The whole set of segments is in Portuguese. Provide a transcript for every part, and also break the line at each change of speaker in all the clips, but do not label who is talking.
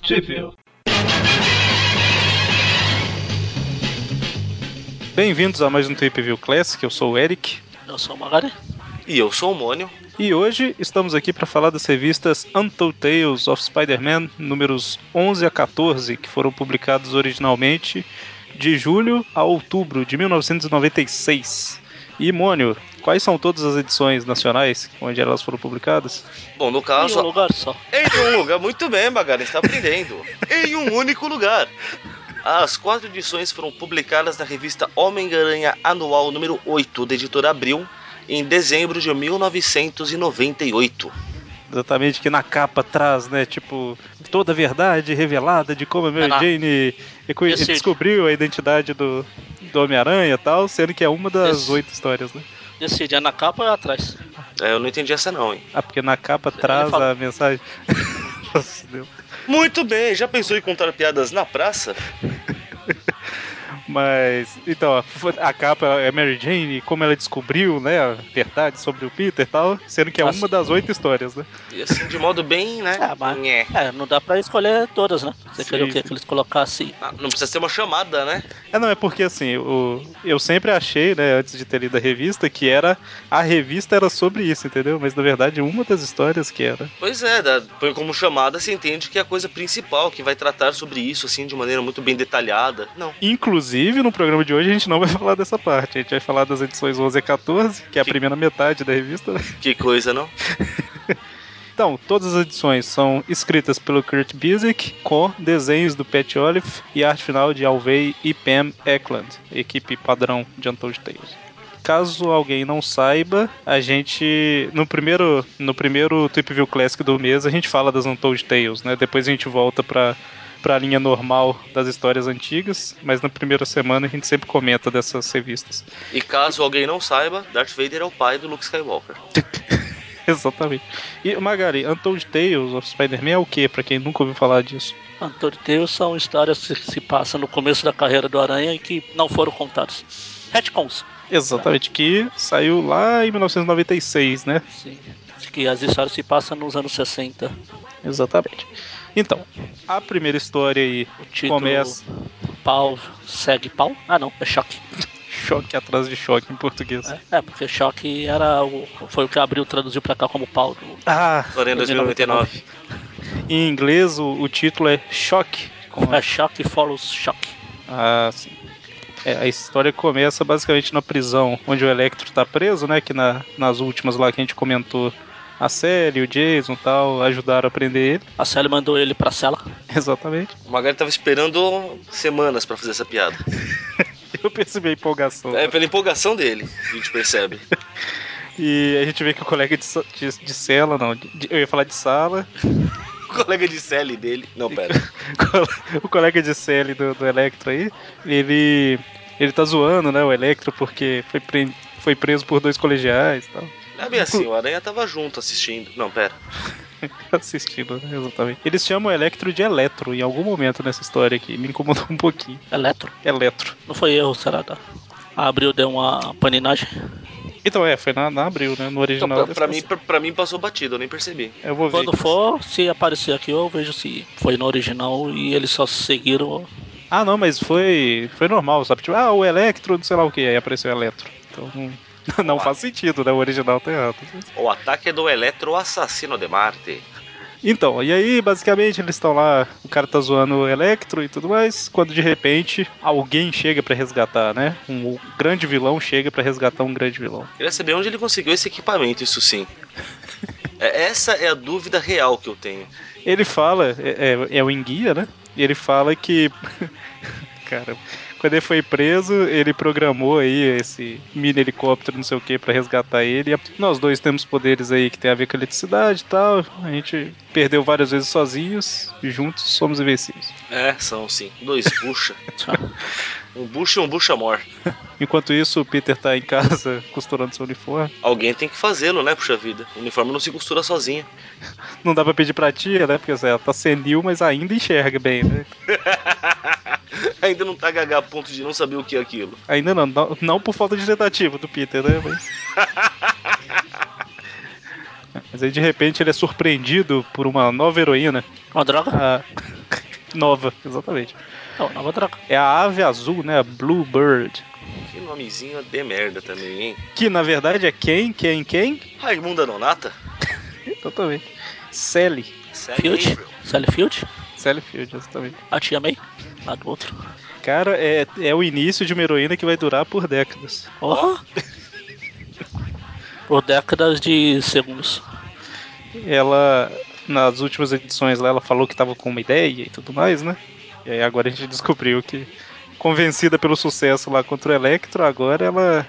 Possível.
Bem-vindos a mais um Trip View Classic, eu sou o Eric.
Eu sou o Magari.
E eu sou o Mônio.
E hoje estamos aqui para falar das revistas Untold Tales of Spider-Man, números 11 a 14, que foram publicados originalmente de julho a outubro de 1996. E, Mônio, quais são todas as edições nacionais onde elas foram publicadas?
Bom, no caso.
Em um lugar só.
Em um lugar, muito bem, Magari, está aprendendo. em um único lugar. As quatro edições foram publicadas na revista Homem-Aranha Anual número 8, da editora Abril, em dezembro de 1998.
Exatamente, que na capa traz, né, tipo, toda a verdade revelada de como a Mary
Ah,
Jane equi-
Esse-
descobriu a identidade do, do Homem-Aranha e tal, sendo que é uma das
Esse-
oito histórias, né?
Decidi, é na capa ou é atrás?
É, eu não entendi essa, não, hein?
Ah, porque na capa traz
fala-
a mensagem. Nossa, Deus.
Muito bem, já pensou em contar piadas na praça?
Mas, então, a, a capa é a Mary Jane, e como ela descobriu, né, a verdade sobre o Peter e tal, sendo que é
Nossa.
uma das oito histórias, né?
E assim, de modo bem, né?
Ah, mas-
Nhé.
É, não dá pra escolher todas, né? Você
Sim.
queria o quê? Que eles colocassem.
Ah, Não precisa ser uma chamada, né?
É, não, é porque assim, o, eu sempre achei, né, antes de ter lido a revista, que era. A revista era sobre isso, entendeu? Mas na verdade, uma das histórias que era.
Pois é, da- põe como chamada, se entende que é a coisa principal, que vai tratar sobre isso, assim, de maneira muito bem detalhada. Não.
Inclusive, no programa de hoje, a gente não vai falar dessa parte. A gente vai falar das edições 11 a 14, que é a
Que-
primeira metade da revista.
Que coisa, não?
Então, todas as edições são escritas pelo Kurt Busiek, com desenhos do Pat Olive e arte final de Alvey e Pam Eklund, equipe padrão de Untold Tales. Caso alguém não saiba, a gente no primeiro no primeiro Trip View Classic do mês a gente fala das Untold Tales, né? Depois a gente volta pra para a linha normal das histórias antigas, mas na primeira semana a gente sempre comenta dessas revistas.
E caso alguém não saiba, Darth Vader é o pai do Luke Skywalker.
Exatamente. E Magari, Untold Tales of Spider-Man é o quê? Pra quem nunca ouviu falar disso?
Antorteus são histórias que se passam no começo da carreira do Aranha e que não foram contadas. Retcons.
Exatamente, que saiu lá em 1996, né?
Sim. Acho que as histórias se passam nos anos 60.
Exatamente. Então, a primeira história aí
O título.
começa
Pau. Segue pau? Ah, não. É choque.
choque atrás de choque em português.
É, é, porque choque era o, foi o que abriu traduziu pra cá como pau. Do,
Ah,
Porém, 2099.
em inglês o, o título é Choque. com-
é choque follows choque.
Ah, sim. É, a história começa basicamente na prisão, onde o Electro tá preso, né? Que na- nas últimas lá que a gente comentou, a série, o Jason e tal, ajudaram a prender ele.
A Sally mandou ele pra cela.
Exatamente.
O Magari tava esperando semanas pra fazer essa piada.
Eu percebi a empolgação.
É pela empolgação dele, a gente percebe.
E a gente vê que o colega de, sa- de, de cela, não, de- eu ia falar de sala,
O colega de CL dele. Não, pera.
o colega de CL do, do Electro aí, ele. ele tá zoando, né, o Electro, porque foi, pre- foi preso por dois colegiais tá, e tal.
Não é bem assim, o Aranha tava junto assistindo. Não, pera.
Assistindo, né, exatamente. Eles chamam o Electro de Eletro em algum momento nessa história aqui, me incomodou um pouquinho.
Eletro.
Eletro.
Não foi erro, será? Da... A Abril deu uma paninagem.
Então é, foi na, na Abril, né, no
Então,
original.
pra,
dessa
pra mim, pra, pra mim passou batido, eu nem percebi.
Eu vou ver.
Quando for, se aparecer aqui, eu vejo se foi no original e eles só seguiram.
Ah, não, mas foi, foi normal, sabe? Tipo, ah, o Electro, não sei lá o que, aí apareceu o Eletro. Então não, não faz sentido, né, o original tá errado.
O ataque é do Eletro Assassino de Marte.
Então, e aí, basicamente, eles estão lá, o cara tá zoando o Electro e tudo mais, quando de repente alguém chega pra resgatar, né? Um grande vilão chega pra resgatar um grande vilão.
Queria saber onde ele conseguiu esse equipamento, isso sim. É, essa é a dúvida real que eu tenho.
Ele fala, é, é- é o Enguia, né? E ele fala que. cara, quando ele foi preso, ele programou aí esse mini helicóptero, não sei o que, pra resgatar ele. E Nós dois temos poderes aí que tem a ver com eletricidade e tal. A gente perdeu várias vezes sozinhos, e juntos somos invencíveis.
É, são sim. Dois bucha. Um bucha e um bucha mor.
Enquanto isso, o Peter tá em casa costurando seu uniforme.
Alguém tem que fazê-lo, né, puxa vida? O uniforme não se costura sozinho.
Não dá pra pedir pra tia, né? Porque assim, ela tá senil, mas ainda enxerga bem, né?
Ainda não tá gaga a ponto de não saber o que é aquilo.
Ainda não, não, não por falta de tentativa do Peter, né? Mas... Mas aí de repente ele é surpreendido por uma nova heroína.
Uma droga?
A... Nova, exatamente.
Não, nova draca.
É a ave azul, né? A Bluebird.
Que nomezinho de merda também, hein?
Que na verdade é quem, quem, quem?
Raimunda Nonata?
Exatamente. Sally.
Sério?
Field? Sally Field?
Sally Field, exatamente.
A tia May? Lá do outro.
Cara, é, é o início de uma heroína que vai durar por décadas.
Ó! Por décadas de segundos.
Ela, nas últimas edições lá, ela falou que tava com uma ideia e tudo mais, né? E aí agora a gente descobriu que, convencida pelo sucesso lá contra o Electro, agora ela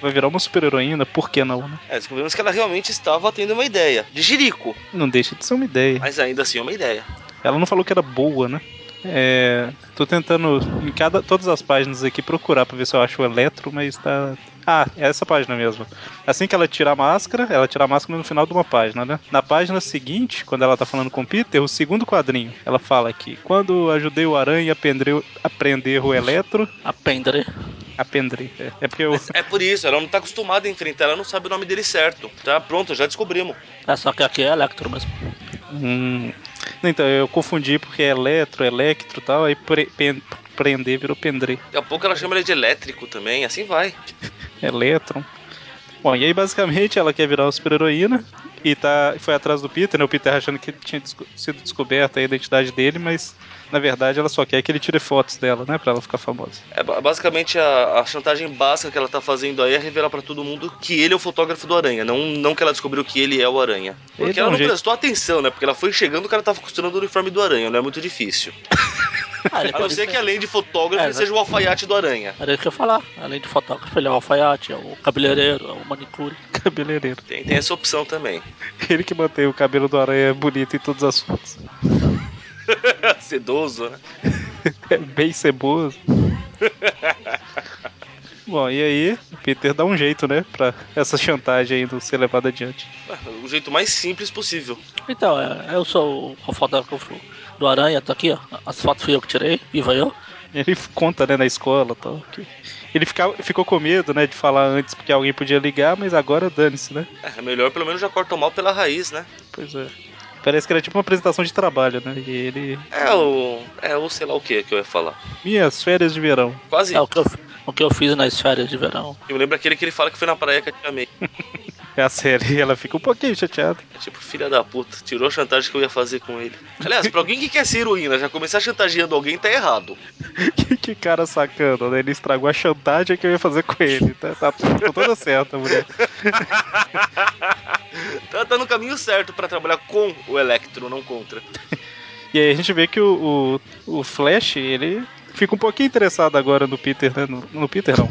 vai virar uma super heroína, por que não, né?
É, descobrimos que ela realmente estava tendo uma ideia. De jirico.
Não deixa de ser uma ideia.
Mas ainda assim, uma ideia.
Ela não falou que era boa, né? É, tô tentando em cada todas as páginas aqui procurar pra ver se eu acho o Eletro, mas tá. Ah, é essa página mesmo. Assim que ela tira a máscara, ela tira a máscara no final de uma página, né? Na página seguinte, quando ela tá falando com o Peter, o segundo quadrinho, ela fala aqui: Quando ajudei o Aranha a prender, a prender o Eletro,
A Pendre.
a prender. É, é porque eu.
É por isso, ela não tá acostumada a enfrentar, ela não sabe o nome dele certo. Tá pronto, já descobrimos.
É, só que aqui é Electro mesmo.
Hum. Então, eu confundi porque é Eletro, Electro e tal, aí pre, pen- prender virou pendre.
Daqui a pouco ela chama ele de elétrico também, assim vai.
Electron. Bom, e aí basicamente ela quer virar uma super-heroína e tá, foi atrás do Peter, né? O Peter achando que tinha desco- sido descoberta a identidade dele, mas na verdade ela só quer que ele tire fotos dela, né? Pra ela ficar famosa.
É ba- basicamente a, a chantagem básica que ela tá fazendo aí é revelar pra todo mundo que ele é o fotógrafo do Aranha, não, não que ela descobriu que ele é o Aranha. Porque
Ele é
ela
um
não
jeito-
prestou atenção, né? Porque ela foi chegando, o cara tava costurando o uniforme do Aranha, não é muito difícil.
Ah,
É,
ele
A não
pode
ser que além de fotógrafo
É,
ele seja o alfaiate do Aranha.
Era isso que eu ia falar. Além de fotógrafo, ele é o alfaiate, é o cabeleireiro, é o manicure.
Cabeleireiro.
Tem, tem essa opção também.
Ele que mantém o cabelo do aranha bonito em todas as fotos.
Sedoso, né?
É bem ceboso. Bom, e aí o Peter dá um jeito, né? Pra essa chantagem ainda ser levada adiante.
Ah, O jeito mais simples possível.
Então, é, eu sou o fotógrafo do Aranha, tá aqui, ó. As fotos fui eu que tirei, viva eu.
Ele conta, né, na escola e tal. que Ele fica, ficou com medo, né, de falar antes porque alguém podia ligar, mas agora dane-se, né?
É melhor, pelo menos já corta o mal pela raiz, né?
Pois é. Parece que era tipo uma apresentação de trabalho, né? E ele.
É o. É o sei lá o que que eu ia falar.
Minhas férias de verão.
Quase.
É o que eu, o que eu fiz nas férias de verão.
Eu lembro aquele que ele fala que foi na praia que eu te amei.
É a série, ela fica um pouquinho chateada.
É tipo, filha da puta, tirou a chantagem que eu ia fazer com ele. Aliás, pra alguém que quer ser heroína, já começar chantageando alguém tá errado.
que, que cara sacana, né? Ele estragou a chantagem que eu ia fazer com ele. Tá, tá, tá toda certa, mulher.
Tá, tá no caminho certo pra trabalhar com o Electro, não contra.
E aí a gente vê que o, o, o Flash, ele fica um pouquinho interessado agora no Peter, né? No, no Peter não.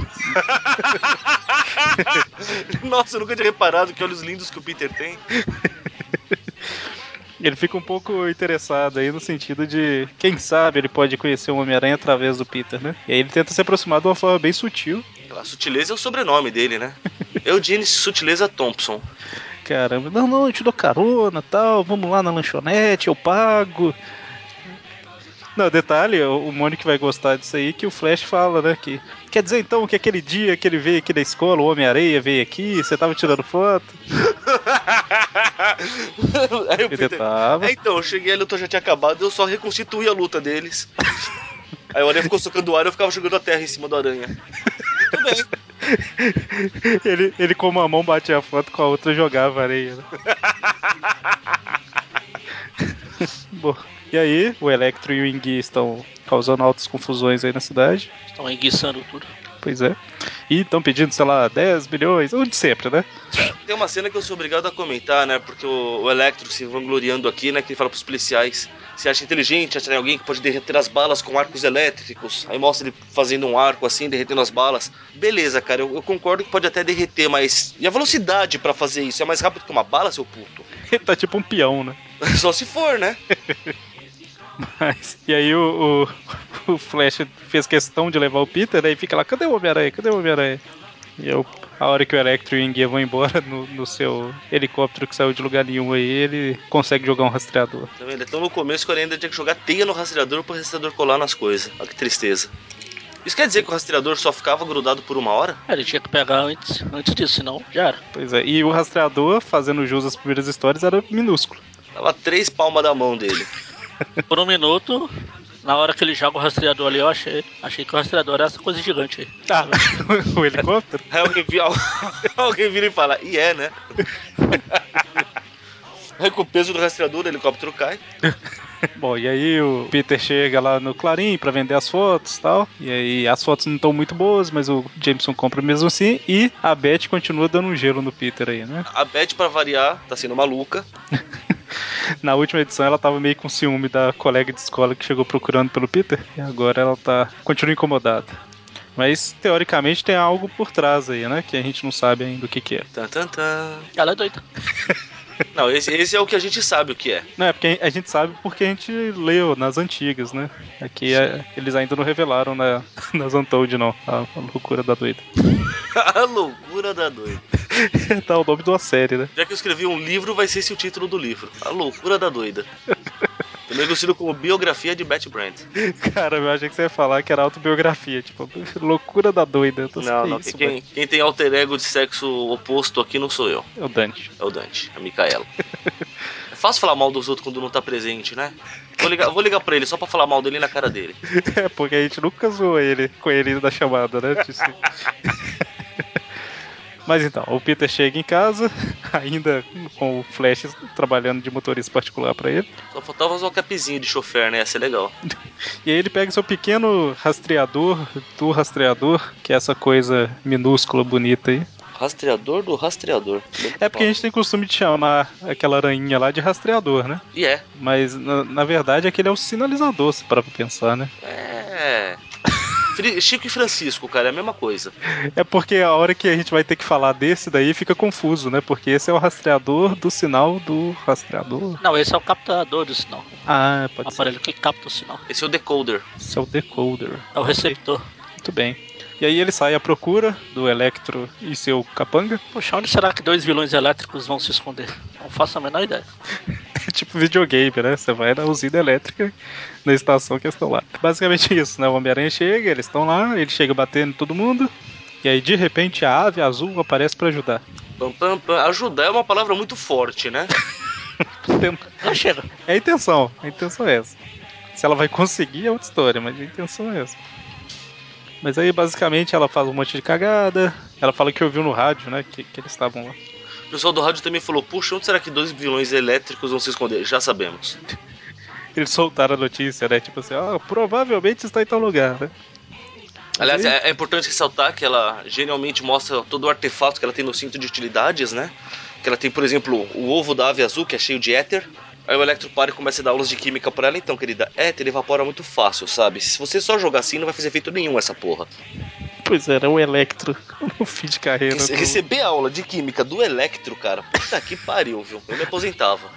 Nossa, eu nunca tinha reparado que olhos lindos que o Peter tem.
Ele fica um pouco interessado aí no sentido de, quem sabe, ele pode conhecer o Homem-Aranha através do Peter, né? E aí ele tenta se aproximar de uma forma bem sutil.
A sutileza é o sobrenome dele, né? Eugene Sutileza Thompson.
Caramba, não, não, eu te dou carona tal, vamos lá na lanchonete, eu pago. Não, detalhe, o o Mônica vai gostar disso aí, que o Flash fala, né? Que quer dizer então que aquele dia que ele veio aqui da escola, o Homem-Areia veio aqui, você tava tirando foto?
Aí o
Peter
Peter.
tava.
É, então, eu cheguei, a luta já tinha acabado, eu só reconstituí a luta deles. Aí o aranha ficou socando o ar e eu ficava jogando a terra em cima do aranha. Tudo bem.
Ele, ele com uma mão batia a foto, com a outra jogava areia. Né? Bom, e aí, o Electro e o Ingui estão causando altas confusões aí na cidade.
Estão enguiçando tudo.
Pois é. E estão pedindo, sei lá, 10 bilhões, ou de sempre, né?
Tem uma cena que eu sou obrigado a comentar, né? Porque o, o Electro se vangloriando aqui, né? Que ele fala pros policiais: se acha inteligente atirar em alguém que pode derreter as balas com arcos elétricos. Aí mostra ele fazendo um arco assim, derretendo as balas. Beleza, cara, eu, eu concordo que pode até derreter, mas. E a velocidade pra fazer isso? É mais rápido que uma bala, seu puto?
Ele tá tipo um peão, né?
Só se for, né?
Mas, e aí o, o, o Flash fez questão de levar o Peter, né? E fica lá, cadê o Homem-Aranha? Cadê o Homem-Aranha? E eu, a hora que o Electro e o Enguia vão embora no, no seu helicóptero que saiu de lugar nenhum aí, ele consegue jogar um rastreador.
Tá vendo? Então no começo que eu ainda tinha que jogar teia no rastreador pro rastreador colar nas coisas. Olha que tristeza. Isso quer dizer que o rastreador só ficava grudado por uma hora?
É, Ele tinha que pegar antes, antes disso, senão já era.
Pois é, e o rastreador, fazendo jus às primeiras histórias, era minúsculo.
Tava três palmas da mão dele.
Por um minuto, Na hora que ele joga o rastreador ali, eu achei, achei que o rastreador era essa coisa gigante aí.
Tá. o helicóptero?
Aí alguém, vi- alguém vira e fala, e é, né? Aí com o peso do rastreador, o helicóptero cai.
Bom, e aí o Peter chega lá no Clarim pra vender as fotos e tal. E aí as fotos não estão muito boas, mas o Jameson compra mesmo assim. E a Beth continua dando um gelo no Peter aí, né?
A Beth, pra variar, tá sendo maluca.
Na última edição ela tava meio com ciúme da colega de escola que chegou procurando pelo Peter. E agora ela tá. continua incomodada. Mas teoricamente tem algo por trás aí, né? Que a gente não sabe ainda o que, que é.
Tan, tan, tan.
Ela é doida.
Não, esse, esse é o que a gente sabe o que é.
Não, é porque a gente sabe porque a gente leu nas antigas, né? Aqui é- eles ainda não revelaram na, nas Untold, não. A, a loucura da doida.
a loucura da doida.
tá o nome de uma série, né?
Já que eu escrevi um livro, vai ser esse o título do livro. A loucura da doida. Eu negocio como biografia de Beth Brandt.
Cara, eu achei que você ia falar que era autobiografia, tipo, loucura da doida. Eu tô assim,
Não,
que
não.
isso,
quem, quem tem alter ego de sexo oposto aqui não sou eu.
velho? É o Dante.
É o Dante, a Micaela. É fácil falar mal dos outros quando não tá presente, né? Vou ligar, vou ligar pra ele só pra falar mal dele na cara dele.
É, porque a gente nunca zoou ele com ele da chamada, né? Tipo assim. Mas então, o Peter chega em casa, ainda com o Flash trabalhando de motorista particular pra ele.
Só faltava só um capzinho de chofer, né? Ia ser legal.
E aí ele pega seu pequeno rastreador do rastreador, que é essa coisa minúscula, bonita aí.
Rastreador do rastreador.
É porque a gente tem costume de chamar aquela aranhinha lá de rastreador, né?
E é.
Mas na, na verdade aquele é o sinalizador, se parar pra pensar, né?
É. Fri- Chico e Francisco, cara, é a mesma coisa.
É porque a hora que a gente vai ter que falar desse daí fica confuso, né? Porque esse é o rastreador do sinal do rastreador.
Não, esse é o captador do sinal.
Ah,
O
pode ser.
aparelho que capta o sinal.
Esse é o decoder.
Esse é o decoder.
É o receptor.
Muito bem. E aí ele sai à procura do Electro e seu capanga.
Poxa, onde será que dois vilões elétricos vão se esconder? Não faço a menor ideia.
É tipo videogame, né? Você vai na usina elétrica, na estação que eles estão lá. Basicamente isso, né? O Homem-Aranha chega, eles estão lá, ele chega batendo em todo mundo. E aí, de repente, a ave azul aparece pra ajudar.
Pam, pam, pam. Ajudar é uma palavra muito forte, né?
Não chega.
É a intenção, a intenção é essa. Se ela vai conseguir é outra história, mas a intenção é essa. Mas aí, basicamente, ela faz um monte de cagada. Ela fala que ouviu no rádio, né? Que, que eles estavam lá.
O pessoal do rádio também falou: Puxa, onde será que dois vilões elétricos vão se esconder? Já sabemos.
Eles soltaram a notícia, né? Tipo assim, ó, provavelmente está em tal lugar, né?
Aliás, é, é importante ressaltar que ela genialmente mostra todo o artefato que ela tem no cinto de utilidades, né? Que ela tem, por exemplo, o ovo da ave azul, que é cheio de éter. Aí o Electro para e começa a dar aulas de química pra ela. Então, querida, éter evapora muito fácil, sabe? Se você só jogar assim, não vai fazer efeito nenhum essa porra.
Pois é, era, o Electro no fim de carreira.
Rece-
do-
Receber aula de química do Electro, cara, puta que pariu, viu? Eu me aposentava.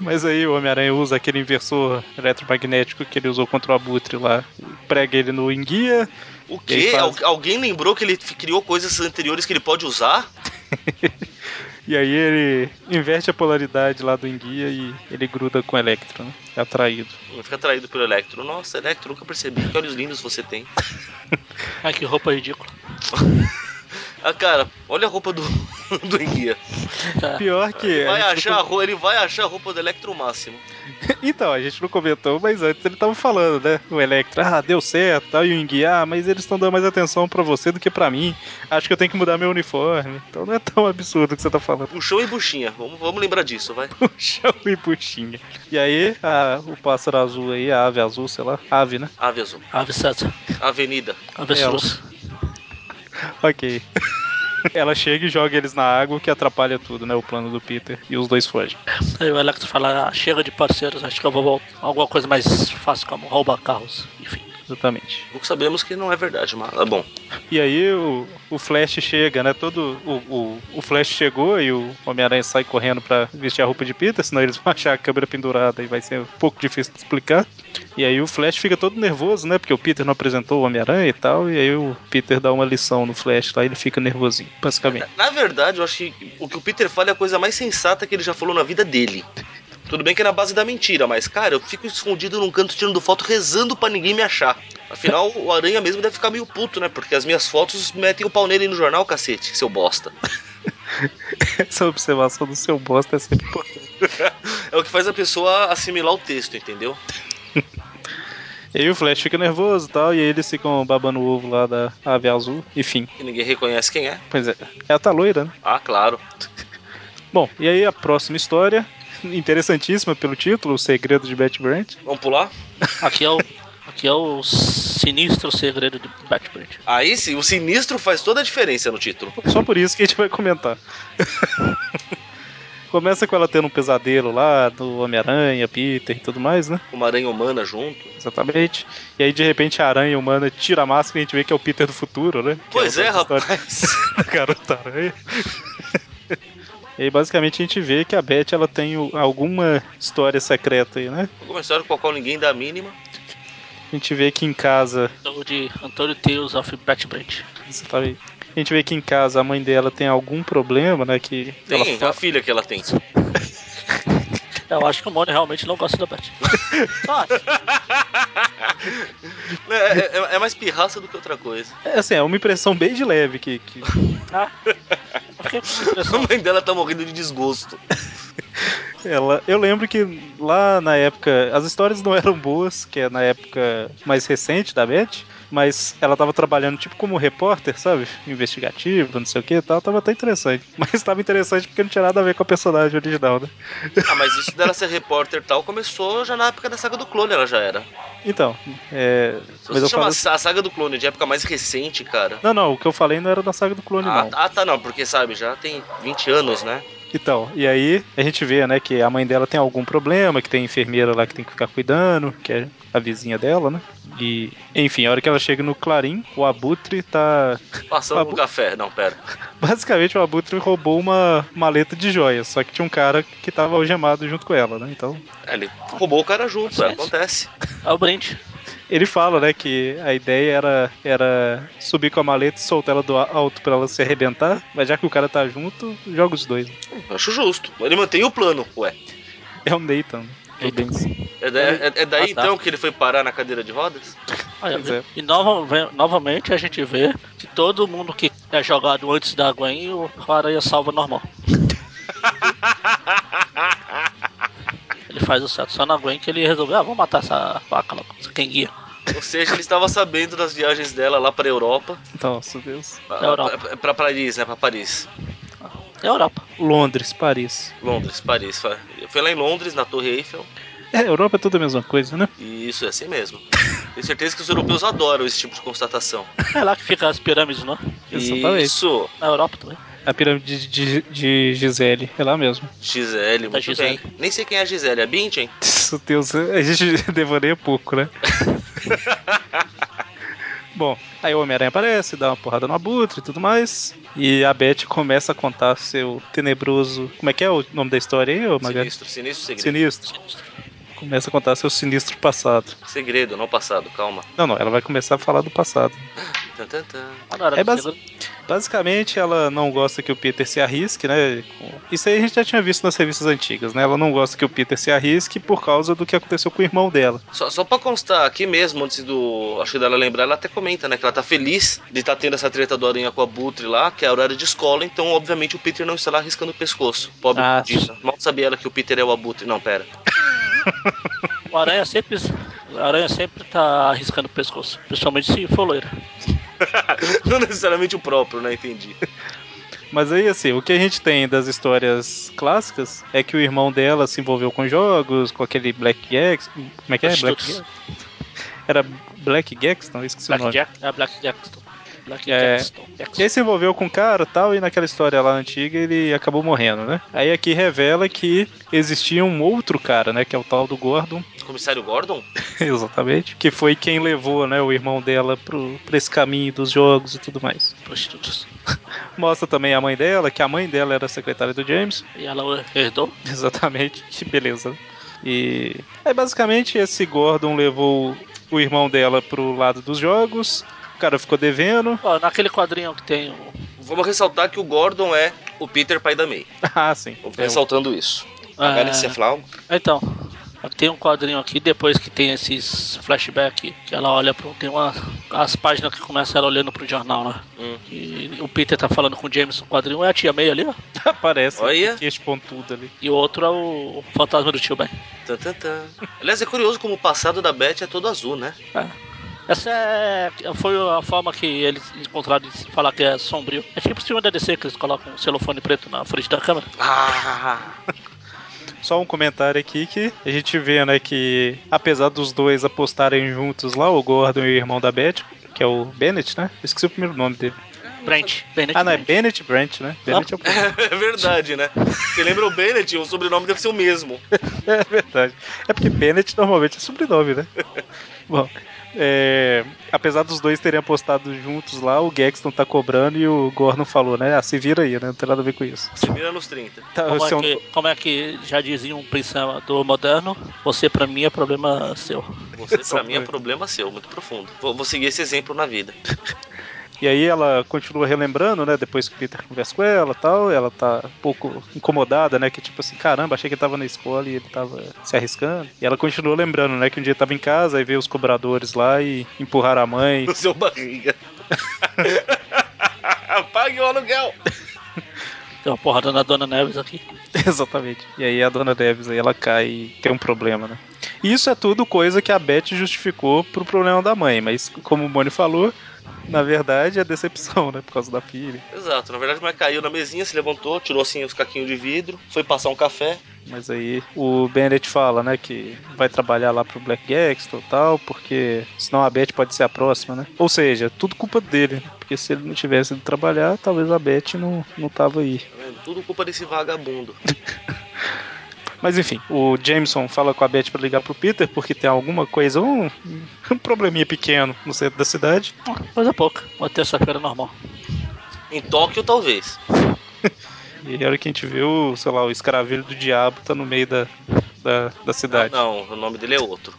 Mas aí o Homem-Aranha usa aquele inversor eletromagnético que ele usou contra o Abutre lá. Prega ele no enguia.
O
E aí
quê?
faz-
Al- alguém lembrou que ele f- criou coisas anteriores que ele pode usar?
E aí ele inverte a polaridade lá do enguia e ele gruda com o Electro, né? É atraído.
Não fica atraído pelo Electro. Nossa, Electro, nunca percebi. Que olhos lindos você tem.
Ai, que roupa ridícula.
Ah, cara, olha a roupa do, do Enguia.
É.
Pior que.
Ele vai,
a gente
achar a
não
roupa, ele vai achar a roupa do Electro máximo.
com- Então, a gente não comentou, mas antes ele tava falando, né? O Electro, ah, deu certo, tal, e o enguia, ah, mas eles estão dando mais atenção pra você do que pra mim. Acho que eu tenho que mudar meu uniforme. Então não é tão absurdo o que você tá falando.
Puxão e buchinha. Vamos, vamos lembrar disso, vai.
Puxão e puxinha. E aí, a- o pássaro azul aí, a ave azul, sei lá, ave, né?
Ave azul.
Ave César.
Avenida.
Ave
É,
Sulus.
Ok. Ela chega e joga eles na água, o que atrapalha tudo, né? O plano do Peter. E os dois fogem.
Aí o Electro fala, ah, chega de parceiros, acho que eu vou voltar. Alguma coisa mais fácil como roubar carros, enfim.
Exatamente.
O que sabemos que não é verdade, mas é bom.
E aí o, o Flash chega, né? Todo. O, o, o Flash chegou e o Homem-Aranha sai correndo pra vestir a roupa de Peter, senão eles vão achar a câmera pendurada e vai ser um pouco difícil de explicar. E aí o Flash fica todo nervoso, né? Porque o Peter não apresentou o Homem-Aranha e tal. E aí o Peter dá uma lição no Flash lá e ele fica nervosinho, basicamente.
Na verdade, eu acho que o que o Peter fala é a coisa mais sensata que ele já falou na vida dele. Tudo bem que é na base da mentira, mas, cara, eu fico escondido num canto tirando foto, rezando pra ninguém me achar. Afinal, o Aranha mesmo deve ficar meio puto, né? Porque as minhas fotos metem o pau nele no jornal, cacete, seu bosta.
Essa observação do seu bosta é sempre importante.
É o que faz a pessoa assimilar o texto, entendeu?
E aí o Flash fica nervoso e tal, e aí eles ficam babando o ovo lá da ave azul. Enfim,
Que ninguém reconhece quem é.
pois é. Ela tá loira, né?
Ah, claro.
Bom, e aí a próxima história, interessantíssima pelo título, O Segredo de Betty Brant.
Vamos pular?
Aqui é o, aqui é o sinistro segredo de Batman.
Aí sim, o sinistro faz toda a diferença no título.
Só por isso que a gente vai comentar. Começa com ela tendo um pesadelo lá do Homem-Aranha, Peter e tudo mais, né?
Com uma aranha humana junto.
Exatamente. E aí, de repente, a aranha humana tira a máscara e a gente vê que é o Peter do futuro, né? Que
Pois é,
outra história
rapaz.
da Garota aranha. e aí, basicamente, a gente vê que a Beth ela tem o- alguma história secreta aí, né?
Alguma história com a qual ninguém dá a mínima.
A gente vê que em casa
Então, de Antônio Tales of Batman.
Você tá aí. A gente vê que em casa a mãe dela tem algum problema, né? Que ela
Tem a filha que ela tem. É,
Eu acho que o Mônio realmente não gosta da Batman.
É, é- é- é mais pirraça do que outra coisa.
É assim, é uma impressão bem de leve que. que-
tá? Eu fiquei com a
A
impressão-
mãe dela tá morrendo de desgosto.
Ela... Eu lembro que lá na época. As histórias não eram boas, que é na época mais recente da Beth. Mas ela tava trabalhando tipo como repórter, sabe? Investigativa, não sei o que e tal. Tava até interessante. Mas tava interessante porque não tinha nada a ver com a personagem original, né?
Ah, mas isso dela ser repórter e tal começou já na época da saga do clone, ela já era.
Então, é.
Se
Mas
você
eu
chama
falo.
a saga do clone de época mais recente, cara.
Não, não, o que eu falei não era da saga do clone,
Ah,
não.
ah, tá, não, porque sabe, já tem 20 anos, né?
Então, e aí a gente vê, né, que a mãe dela tem algum problema, que tem enfermeira lá que tem que ficar cuidando, que é a vizinha dela, né? E, enfim, a hora que ela chega no Clarim, o Abutre tá.
Passando
Babu-
no café. Não, pera.
Basicamente, o Abutre roubou uma maleta de joias, só que tinha um cara que tava algemado junto com ela, né? Então,
É, Ele roubou o cara junto, é, acontece.
É o brinde.
ele fala, né, que a ideia era, era subir com a maleta e soltar ela do alto pra ela se arrebentar, mas já que o cara tá junto, joga os dois. né?
Acho justo. Ele mantém o plano, ué.
É o Nathan. do Benson.
É, da- é- é daí
Ah, tá.
então que ele foi parar na cadeira de rodas?
Aí,
Pois é.
E nova- ve- novamente a gente vê que todo mundo que é jogado antes da Gwen, o Aranha salva normal. ele faz o certo só na Gwen que ele resolveu, ah, vamos matar essa vaca logo, essa quenguia.
Ou seja, ele estava sabendo das viagens dela lá pra Europa.
Nossa, Deus.
Pra,
Europa.
pra- pra Paris, né? Pra Paris.
É a Europa.
Londres, Paris.
Londres, Paris. Fa- Foi lá em Londres, na Torre Eiffel.
É, Europa é tudo a mesma coisa, né?
E isso é assim mesmo. Tenho certeza que os europeus adoram esse tipo de constatação.
É lá que fica as pirâmides, não? é?
Exatamente.
Isso.
Na Europa também.
A pirâmide de, de- de Gisele, é lá mesmo.
Tá Gisele,
Da
muito
Gisele.
bem. Nem sei quem é a Gisele, é a Bündchen?
Meu Deus, a gente devaneia pouco, né? Bom, aí o Homem-Aranha aparece, dá uma porrada no Abutre e tudo mais. E a Beth começa a contar seu tenebroso. Como é que é o nome da história aí, ô Magali?
Sinistro, sinistro segredo.
Sinistro. Começa a contar seu sinistro passado.
Segredo, não passado, calma.
Não, não, ela vai começar a falar do passado.
Tan, tan, tan.
Ah, não, era
É basi-
segredo.
Basicamente, ela não gosta que o Peter se arrisque, né? Isso aí a gente já tinha visto nas revistas antigas, né? Ela não gosta que o Peter se arrisque por causa do que aconteceu com o irmão dela.
Só, só pra constar aqui mesmo, antes do. Acho que dela lembrar, ela até comenta, né? Que ela tá feliz de estar tendo essa treta do Aranha com a Butre lá, que é a horário de escola, então obviamente o Peter não está lá arriscando o pescoço. Pobre
Ah.
disso. Mal sabia ela que o Peter é o Abutre. Não, pera.
O aranha sempre, o aranha sempre tá arriscando o pescoço, principalmente se for loira.
É,
não necessariamente o próprio, né? Entendi.
Mas aí, assim, o que a gente tem das histórias clássicas é que o irmão dela se envolveu com jogos, com aquele Black Gex. Como é que é? Black
Prostitutos.
Era Black Gex? Não, esqueci o
Black
nome.
Jack, é Black Jackson. Black
É.
Jackson.
E aí se envolveu com o cara e tal, e naquela história lá antiga ele acabou morrendo, né? Aí aqui revela que existia um outro cara, né? Que é o tal do Gordon,
Comissário Gordon?
Exatamente. Que foi quem levou, né, o irmão dela pro, pra esse caminho dos jogos e tudo mais.
Prostitutos.
Mostra também a mãe dela, que a mãe dela era a secretária do James.
E ela o herdou.
Exatamente. Que beleza. E. Aí basicamente esse Gordon levou o irmão dela pro lado dos jogos. O cara ficou devendo.
Ó, naquele quadrinho que tem o.
Vamos ressaltar que o Gordon é o Peter pai da May.
Ah, sim.
Vamos
É, o-
ressaltando isso.
Ah.
Agora você falar algo?
Então, tem um quadrinho aqui, depois que tem esses flashback, que ela olha pro. Tem uma, as páginas que começam ela olhando pro jornal, né?
Hum.
E o Peter tá falando com o James no quadrinho, é a tia May ali, ó.
aparece
Olha.
esse pontudo ali.
E o outro é o fantasma do tio Ben.
Tan, tan, tan. Aliás, é curioso como o passado da Beth é todo azul, né?
Essa é, foi a forma que eles encontraram de se falar que é sombrio. É tipo o filme da DC que eles colocam um celofane preto na frente da câmera.
Ah!
Só um comentário aqui que a gente vê, né, que apesar dos dois apostarem juntos lá, o Gordon e o irmão da Beth, que é o Bennett, né? Eu esqueci o primeiro nome dele.
Brent. Bennett
Ah, não, é
Brent.
Bennett Branch, né? Bennett é o
É verdade, né? Você lembra o Bennett? O sobrenome deve ser o mesmo.
É verdade. É porque Bennett normalmente é sobrenome, né? Bom, é, apesar dos dois terem apostado juntos lá, o Gexton tá cobrando e o Gordon falou, né? Ah, se vira aí, né? Não tem nada a ver com isso.
Se vira nos 30.
Tá,
Como
se eu não-
é, que, como é que já dizia um pensador moderno, você pra mim é problema seu.
Você,
Só
pra mim, é
foi.
problema seu, muito profundo. Vou, vou seguir esse exemplo na vida.
E aí ela continua relembrando, né? Depois que o Peter conversa com ela e tal, ela tá um pouco incomodada, né? Que tipo assim, caramba, achei que ele tava na escola e ele tava se arriscando. E ela continua lembrando, né? Que um dia tava em casa e veio os cobradores lá e empurraram a mãe.
No seu barriga. Pague o aluguel.
Tem uma porrada na Dona Neves aqui.
Exatamente. E aí a dona Davis aí ela cai e tem um problema, né? E isso é tudo coisa que a Beth justificou pro problema da mãe, mas como o Bonnie falou, na verdade é decepção, né? Por causa da filha.
Exato, na verdade, mas caiu na mesinha, se levantou, tirou assim os caquinhos de vidro, foi passar um café.
Mas aí o Bennett fala, né, que vai trabalhar lá pro Black Gangster e tal, porque senão a Beth pode ser a próxima, né? Ou seja, tudo culpa dele, né? porque se ele não tivesse ido trabalhar, talvez a Beth não, não tava aí.
Tá vendo? Tudo culpa desse vagabundo.
Mas enfim, o Jameson fala com a Beth pra ligar pro Peter porque tem alguma coisa, um, um probleminha pequeno no centro da cidade.
Ah, Coisa pouca, uma terça-feira normal.
Em Tóquio, talvez.
E a hora que a gente vê o, sei lá, o escaravelho do diabo tá no meio da, da, da cidade.
Não, o nome dele é outro.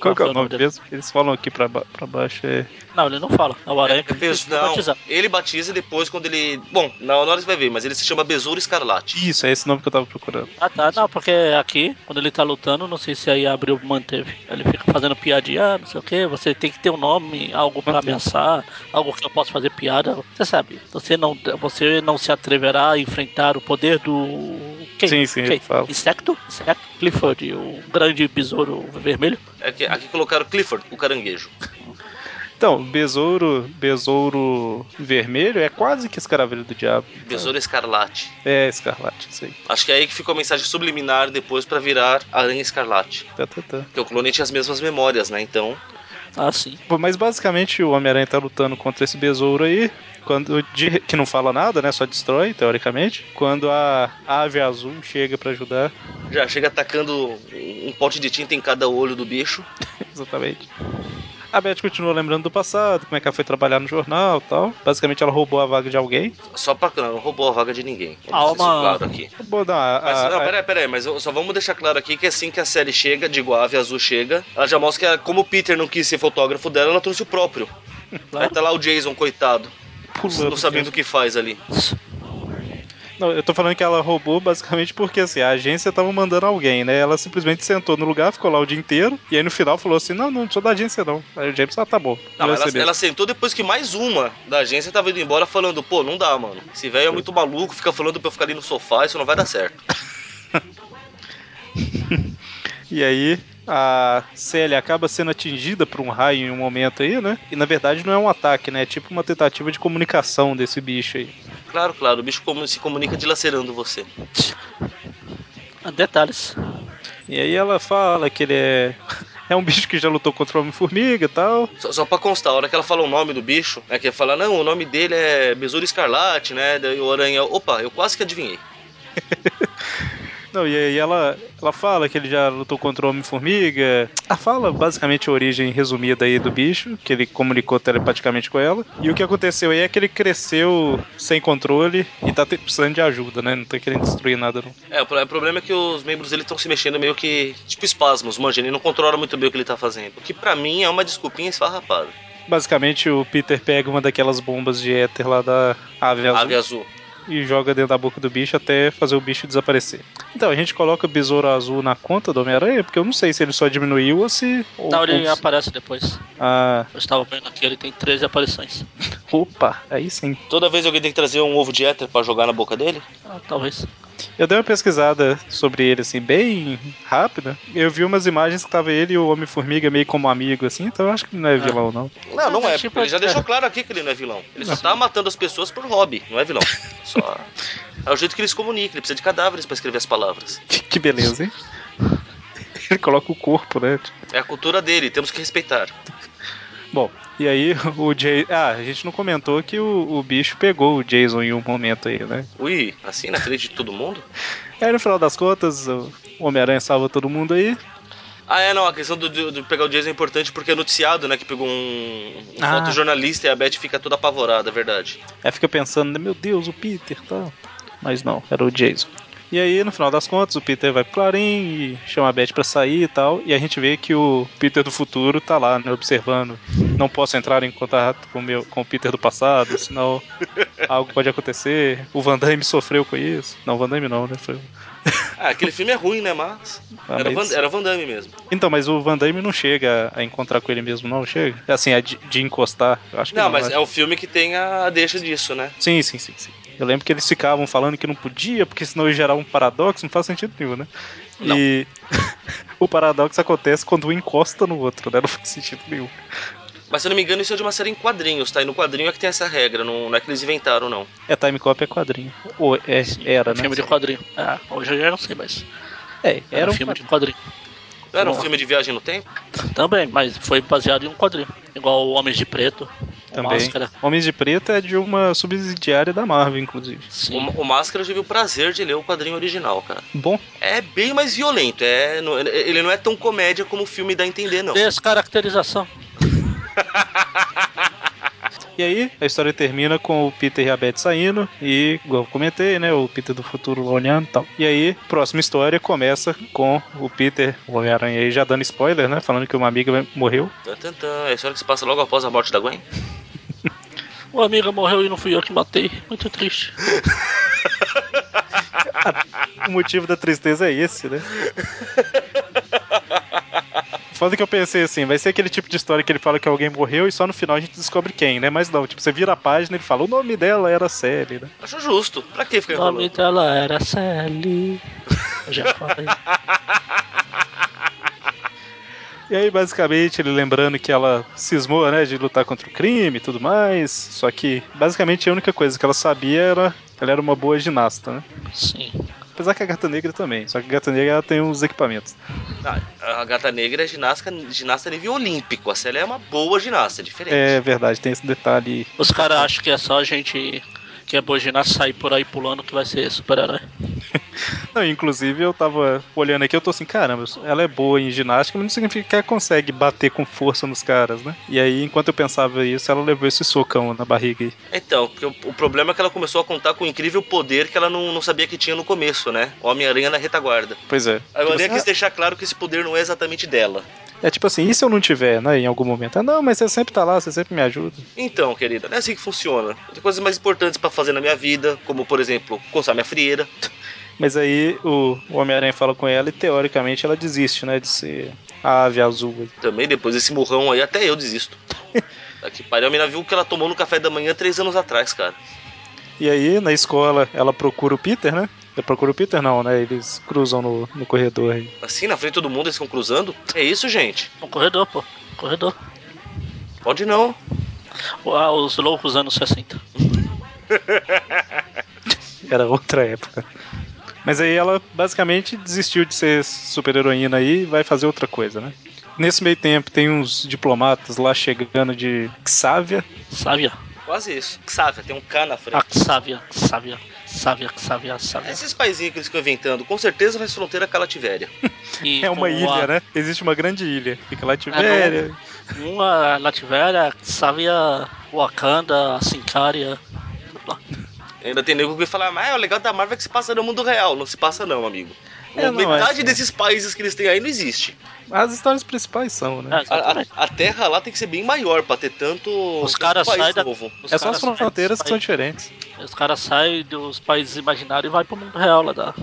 Qual que é o nome mesmo? Eles falam aqui pra, ba- pra baixo. É...
Não, ele não fala. É o aranha que
Bezo-
tem que
Não,
batizar.
ele batiza depois quando ele. Bom, na hora você vai ver, mas ele se chama Besouro Escarlate.
Isso, é esse nome que eu tava procurando.
Ah tá, não, porque aqui, quando ele tá lutando, não sei se aí abriu manteve. Ele fica fazendo piadinha, ah, não sei o que, você tem que ter um nome, algo pra
Manteve.
ameaçar, algo que eu possa fazer piada. Você sabe, você não, você não se atreverá a enfrentar o poder do. Quem?
Sim, sim,
Quem?
ele fala.
Insecto? Insecto? Clifford, o grande besouro vermelho.
É que- aqui colocaram Clifford, o caranguejo.
Então, besouro, besouro vermelho é quase que escaravelho do diabo.
Besouro Escarlate.
É, escarlate, isso aí.
Acho que é aí que ficou a mensagem subliminar depois pra virar Aranha Escarlate.
Tá, tá, tá.
Porque o clone tinha as mesmas memórias, né? Então.
Ah, sim.
Bom, mas basicamente o Homem-Aranha tá lutando contra esse besouro aí, quando de- que não fala nada, né? Só destrói, teoricamente. Quando a ave azul chega pra ajudar,
Já chega atacando um um pote de tinta em cada olho do bicho.
exatamente. A Beth continua lembrando do passado, como é que ela foi trabalhar no jornal e tal. Basicamente ela roubou a vaga de alguém.
Só pra. Não, não roubou a vaga de ninguém.
Alma.
Vamos deixar isso claro aqui.
Roubou, não, a,
Mas, é
a-
não, peraí, peraí, mas eu- só vamos deixar claro aqui que assim que a série chega, digo, a ave azul chega, ela já mostra que, ela- como o Peter não quis ser fotógrafo dela, ela trouxe o próprio. Aí tá lá o Jason, coitado,
pulando. né?
não sabendo o que faz ali.
Não, eu tô falando que ela roubou basicamente porque assim, a agência tava mandando alguém, né? Ela simplesmente sentou no lugar, ficou lá o dia inteiro, e aí no final falou assim: não, não, não sou da agência, não. Aí o James, ah, tá bom.
Não,
vai
ela,
receber.
ela sentou depois que mais uma da agência tava indo embora falando, pô, não dá, mano. Esse velho é muito maluco, fica falando pra eu ficar ali no sofá, isso não vai dar certo.
E aí a Célia acaba sendo atingida por um raio em um momento aí, né? E na verdade não é um ataque, né? É tipo uma tentativa de comunicação desse bicho aí.
Claro, claro, o bicho como- se comunica dilacerando você.
Ah, Detalhes.
E aí ela fala que ele é. É um bicho que já lutou contra o Homem-Formiga e tal.
Só, só pra constar, a hora que ela fala o nome do bicho, é que ela fala, não, o nome dele é Besouro Escarlate, né? Daí o Aranha, opa, eu quase que adivinhei.
Não, e aí ela, ela fala que ele já lutou contra o Homem-Formiga. Ela fala basicamente a origem resumida aí do bicho, que ele comunicou telepaticamente com ela. E o que aconteceu aí é que ele cresceu sem controle e tá te- precisando de ajuda, né? Não tá querendo destruir nada, não.
É, o pro- o problema é que os membros dele estão se mexendo meio que tipo espasmos, manja, ele não controla muito bem o que ele tá fazendo. O que pra mim é uma desculpinha esfarrapada.
Basicamente, o Peter pega uma daquelas bombas de éter lá da ave É azul
Ave azul.
e joga dentro da boca do bicho até fazer o bicho desaparecer. Então, a gente coloca o besouro azul na conta do Homem-Aranha, porque eu não sei se ele só diminuiu ou se. Ou,
Tá,
Não, ele
ou-
aparece depois.
Ah,
Eu estava vendo aqui, ele tem 13 aparições.
opa, aí sim.
Toda vez alguém tem que trazer um ovo de éter pra jogar na boca dele?
Ah, talvez.
Eu dei uma pesquisada sobre ele, assim, bem rápida. Eu vi umas imagens que tava ele e o Homem-Formiga meio como amigo, assim, então eu acho que não é vilão, não.
Não, não
Mas,
é,
tipo,
porque ele já
é.
deixou claro aqui que ele não é vilão. Ele só tá matando as pessoas por hobby, não é vilão. Só. É o jeito que eles comunicam, ele precisa de cadáveres pra escrever as palavras.
Que, que beleza, hein? Ele coloca o corpo, né?
É a cultura dele, temos que respeitar.
Bom, e aí o Jay. Ah, a gente não comentou que o, o bicho pegou o Jason em um momento aí, né?
Ui, assim na frente de todo mundo?
Aí no final das contas, o Homem-Aranha salva todo mundo aí.
Ah, é, não, a questão do, do- do pegar o Jason é importante porque é noticiado, né, que pegou um, um
Ah.
fotojornalista e a Beth fica toda apavorada, é verdade.
Aí fica pensando, né, meu Deus, o Peter e tal. Mas não, era o Jason. E aí, no final das contas, o Peter vai pro Clarim e chama a Beth pra sair e tal. E a gente vê que o Peter do futuro tá lá, né, observando. Não posso entrar em contato com, o meu, com o Peter do passado, senão algo pode acontecer. O Van Damme sofreu com isso. Não, o Van Damme não, né? Foi...
Ah, aquele filme é ruim, né, mas...
Ah,
Era
mas-
Van, era Van Damme mesmo.
Então, mas o Van Damme não chega a encontrar com ele mesmo, não chega? Assim, a de, de encostar. Eu acho que
Não, mas
acho.
é o filme que tem a deixa disso, né?
Sim, sim, sim, sim. Eu lembro que eles ficavam falando que não podia, porque senão ia gerar um paradoxo, não faz sentido nenhum, né?
Não.
E o paradoxo acontece quando um encosta no outro, né? Não faz sentido nenhum.
Mas se eu não me engano, isso é de uma série em quadrinhos, tá? E no quadrinho é que tem essa regra, não, não é que eles inventaram, não.
É Time Cop é quadrinho. Ou é, era, né?
filme de quadrinho. Ah, hoje eu já não sei, mas
É,
era,
era um
um filme de
quadrinho.
quadrinho.
Não era um
Bom.
filme de viagem no tempo?
Também, mas foi baseado em um quadrinho. Igual o Homem de Preto, o
também.
Máscara.
Homens de Preto é de uma subsidiária da Marvel, inclusive.
O,
Sim.
o Máscara eu tive o prazer de ler o quadrinho original, cara.
Bom,
É bem mais violento, é, não- ele não é tão comédia como o filme dá a entender, não.
Descaracterização.
E aí, a história termina com o Peter e a Beth saindo, e, igual eu comentei, né? O Peter do futuro olhando e tal. E aí, próxima história começa com o Peter, o Homem-Aranha aí, já dando spoiler, né? Falando que uma amiga morreu.
Tan, tan, tan. É a história que se passa logo após a morte da Gwen?
O amigo morreu e não fui eu que matei. Muito triste.
O motivo da tristeza é esse, né? Foda que eu pensei assim, vai ser aquele tipo de história que ele fala que alguém morreu e só no final a gente descobre quem, né? Mas não, tipo, você vira a página e ele fala, o nome dela era Sally, né?
Acho justo. Pra que ficar
O nome
enrolando?
dela era Sally. Eu já falei.
E aí, basicamente, ele lembrando que ela cismou, né, de lutar contra o crime e tudo mais. Só que, basicamente, a única coisa que ela sabia era que ela era uma boa ginasta, né?
Sim.
Apesar que a gata negra também. Só que a gata negra ela tem uns equipamentos.
Ah, a Gata Negra é ginasta, ginasta nível olímpico. A Célia é uma boa ginasta, é diferente.
É verdade, tem esse detalhe.
Os caras acham que é só a gente que é boginar sair por aí pulando que vai ser super-herói.
Não, inclusive, eu tava olhando aqui, eu tô assim, caramba, ela é boa em ginástica, mas não significa que ela consegue bater com força nos caras, né? E aí, enquanto eu pensava isso, ela levou esse socão na barriga aí.
Então, porque o, o problema é que ela começou a contar com o incrível poder que ela não, não sabia que tinha no começo, né? Homem-Aranha na retaguarda.
Pois é.
A Aranha
Tipo assim,
quis deixar claro que esse poder não é exatamente dela.
É tipo assim, e se eu não tiver, né, em algum momento? Ah, não, mas você sempre tá lá, você sempre me ajuda.
Então, querida, não é assim que funciona. Tem coisas mais importantes pra fazer na minha vida, como, por exemplo, coçar minha frieira.
Mas aí o o Homem-Aranha fala com ela e teoricamente ela desiste, né? De ser a ave azul.
Também, depois desse murrão aí, até eu desisto. Tá que pariu, a mina viu o que ela tomou no café da manhã três anos atrás, cara.
E aí, na escola, ela procura o Peter, né? Ela procura o Peter, não, né? Eles cruzam no, no corredor aí.
Assim, na frente de todo mundo, eles estão cruzando? É isso, gente?
No Um corredor, pô. Corredor.
Pode não.
Ah, os loucos anos 60.
Era outra época. Mas aí ela basicamente desistiu de ser super heroína aí e vai fazer outra coisa, né? Nesse meio tempo tem uns diplomatas lá chegando de Xávia.
Sávia.
Quase isso. Sávia, tem um K na frente.
Xávia, Xávia, Xávia, Xávia, Xávia.
Esses paizinhos que eles ficam inventando, com certeza faz fronteira com a Lativéria.
E
É uma
com
ilha,
a- Ah,
né? Existe uma grande ilha. Fica lá Tibéria.
Uma Lativéria, Xávia, Wakanda, Sincaria. tudo lá.
Ainda tem nego que fala, mas é o legal da Marvel é que se passa no mundo real. Não se passa não, amigo.
É, não,
Metade
é.
desses países que eles têm aí não existe.
As histórias principais são, né?
É,
A, a-
exatamente.
a terra lá tem que ser bem maior pra ter tanto,
Os
tanto
caras
país
saem da.
novo.
os
É só
caras
as fronteiras que são
saem-
diferentes.
Os caras saem dos países imaginários e vai pro mundo real lá da.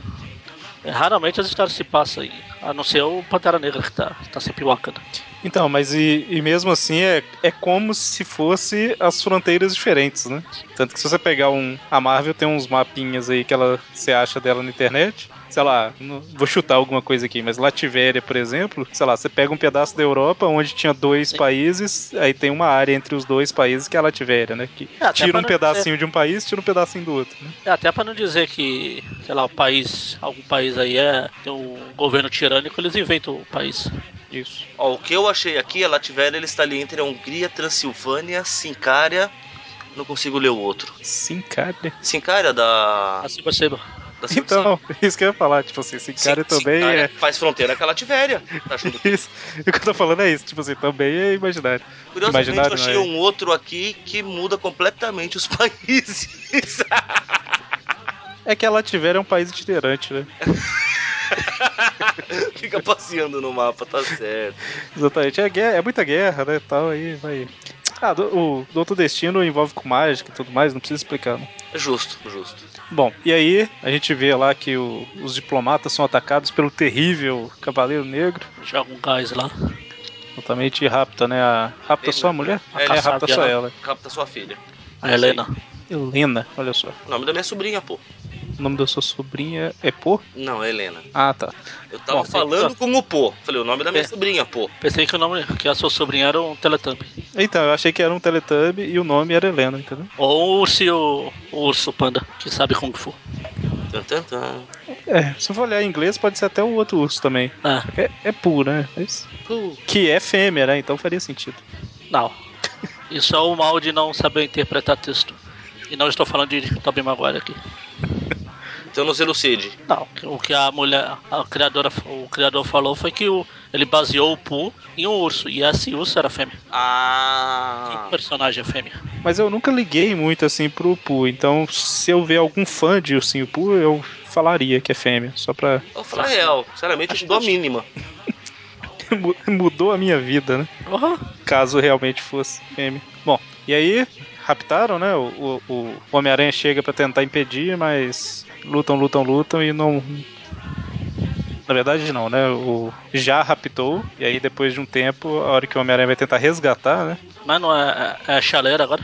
É, Raramente as histórias se passam aí, a não ser o Pantera Negra que tá, tá sempre em Wakanda.
Então, mas e, e mesmo assim é, é como se fosse as fronteiras diferentes, né? Tanto que se você pegar um. A Marvel tem uns mapinhas aí que ela você acha dela na internet. Sei lá, no- vou chutar alguma coisa aqui, mas Lativéria, por exemplo, sei lá, você pega um pedaço da Europa onde tinha dois países, aí tem uma área entre os dois países que é a Lativéria, né? Que
É, até
tira
pra
um
não
pedacinho de um país, tira um pedacinho do outro. Né?
É, Até pra não dizer que, sei lá, o país, algum país aí é tem um governo tirânico, eles inventam o país.
Isso.
Ó, o que eu achei aqui, a Lativéria, ele está ali entre a Hungria, Transilvânia, Sincária. Não consigo ler o outro.
Sim, cara.
Sincária da.
Assim perceba.
da
Então, isso que eu ia falar, tipo assim, esse cara também
Sincária
é.
Faz fronteira com a Lativéria. Tá junto.
Isso. O que eu tô falando é isso, tipo assim, também é imaginário.
Curiosamente,
imaginário,
eu achei
não é?
um outro aqui que muda completamente os países.
É que a Lativéria é um país itinerante, né?
Fica passeando no mapa, tá certo.
Exatamente. É, guerra, é muita guerra, né? Tal, aí vai. Ah, do, o Doutor Destino envolve com mágica e tudo mais, não precisa explicar, né?
É Justo, justo.
Bom, e aí a gente vê lá que o- os diplomatas são atacados pelo terrível Cavaleiro Negro.
Joga um gás lá.
Exatamente, e rapta, né? A, rapta
Ele-
só a mulher?
é,
É,
ele
rapta
sabe,
só
né?
ela.
Capta sua filha.
A Helena.
Helena, olha só.
O nome da minha sobrinha, pô.
O nome da sua sobrinha é Pô?
Não, é Helena.
Ah, tá.
Eu tava
Bom,
falando com o pô. Falei, o nome da minha
É.
sobrinha, pô.
Pensei que o nome, que a sua sobrinha era um Teletubbie.
Então, eu achei que era um Teletubb e o nome era Helena, entendeu?
Ou um urso, o urso panda, que sabe Kung Fu.
Tan, tan, tan.
É, se eu for olhar em inglês, pode ser até o outro urso também.
É,
É, é Pooh, né? Mas-
Pô.
que é fêmea, né? Então faria sentido.
não. Isso é o mal de não saber interpretar texto. E não estou falando de Tobey Maguire aqui.
Então nos elucide.
Não, o que a mulher, a criadora, o criador falou foi que o, ele baseou o Pooh em um urso, e esse urso era fêmea.
Ah.
O personagem é fêmea.
Mas eu nunca liguei muito assim pro Pooh, então se eu ver algum fã de Ursinho Pooh, eu falaria que é fêmea, só pra.
Eu falei real. Sinceramente, eu dou a mínima.
Mu- Mudou a minha vida, né?
Uhum.
Caso realmente fosse fêmea. Bom, e aí, raptaram, né? O, o- o Homem-Aranha chega pra tentar impedir, mas lutam, lutam, lutam e não. Na verdade, não, né? O já raptou, e aí depois de um tempo, a hora que o Homem-Aranha vai tentar resgatar, né?
Mas não é, é, é chaleira agora?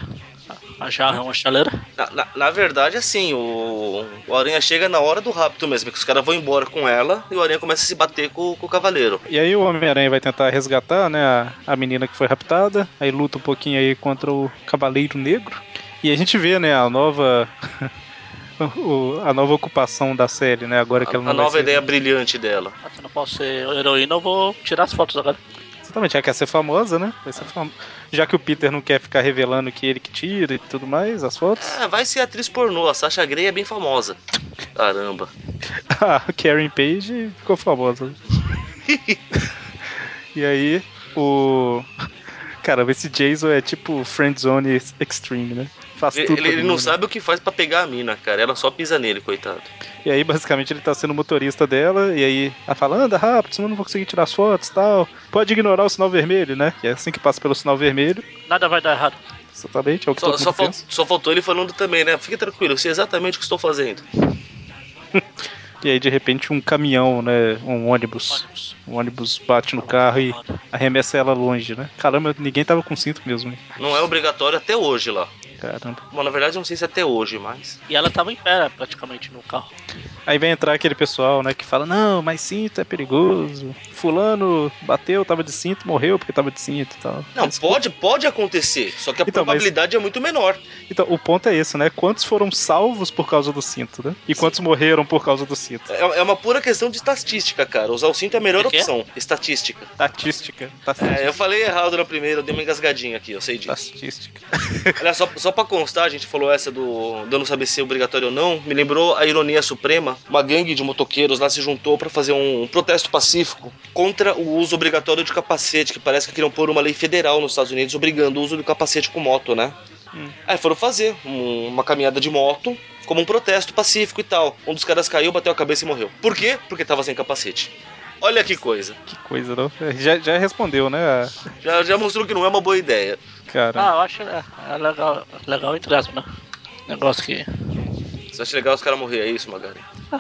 A jarra é uma chaleira?
Na, na- na verdade, assim, o, o Aranha chega na hora do rapto mesmo, que os caras vão embora com ela e o Aranha começa a se bater com, com o cavaleiro.
E aí o Homem-Aranha vai tentar resgatar, né, a, a menina que foi raptada, aí luta um pouquinho aí contra o Cavaleiro Negro. E a gente vê, né, a nova o- a nova ocupação da série, né, agora
A,
que ela não
a
vai
nova
ser-
ideia brilhante dela.
Ah, Se eu não posso ser heroína, eu vou tirar as fotos agora.
Exatamente, ela quer ser famosa, né? Vai ser fam- Já que o Peter não quer ficar revelando que ele que tira e tudo mais, as fotos.
Ah, vai ser atriz pornô, a Sasha Grey é bem famosa. Caramba.
A Karen Page ficou famosa. e aí o Caramba, esse Jason é tipo Friendzone Extreme, né? Faz
Ele,
tudo.
ele- ele
todo
não
mundo.
sabe o que faz pra pegar a mina, cara. Ela só pisa nele, coitado.
E aí, basicamente, ele tá sendo motorista dela, e aí ela fala, anda rápido, senão eu não vou conseguir tirar as fotos e tal. Pode ignorar o sinal vermelho, né? E é assim que passa pelo sinal vermelho,
Nada vai dar errado.
exatamente, é o que
Só,
todo
só
mundo
fal-
pensa.
só faltou ele falando também, né? Fique tranquilo, eu sei exatamente o que estou fazendo.
E aí, de repente, um caminhão, né? Um ônibus.
Ônibus.
Um ônibus bate no carro e arremessa ela longe, né? Caramba, ninguém tava com cinto mesmo, hein?
Não é obrigatório até hoje lá.
Caramba.
Bom, na verdade, eu não sei se é até hoje, mas.
E ela tava em pé né, praticamente no carro.
Aí vai entrar aquele pessoal, né, que fala, não, mas cinto é perigoso. Fulano bateu, tava de cinto, morreu porque tava de cinto e tal.
Não,
Mas-
pode, pode acontecer, só que a
Então, mas-
probabilidade é muito menor.
Então, o ponto é esse, né? Quantos foram salvos por causa do cinto, né? E quantos morreram por causa do cinto?
É, é uma pura questão de estatística, cara. Usar o cinto é a melhor
De quê?
opção. Estatística.
Estatística. Tá
É, eu falei errado na primeira, eu dei uma engasgadinha aqui, eu sei disso.
Estatística.
Olha, só, só pra constar, a gente falou essa do, do eu não saber se é obrigatório ou não, me lembrou a ironia suprema. Uma gangue de motoqueiros lá se juntou pra fazer um, protesto pacífico contra o uso obrigatório de capacete, que parece que queriam pôr uma lei federal nos Estados Unidos obrigando o uso do capacete com moto, né?
Hum.
Aí foram fazer um- uma caminhada de moto como um protesto pacífico e tal. Um dos caras caiu, bateu a cabeça e morreu. Por quê? Porque tava sem capacete. Olha que coisa.
Que coisa, não? É, Já, já respondeu, né? a-
Já, já mostrou que não é uma boa ideia.
Cara.
Ah, eu acho é, é legal, legal entre aspas, né? Negócio que. ah,
Você acha legal os caras morrer, é isso, Magari?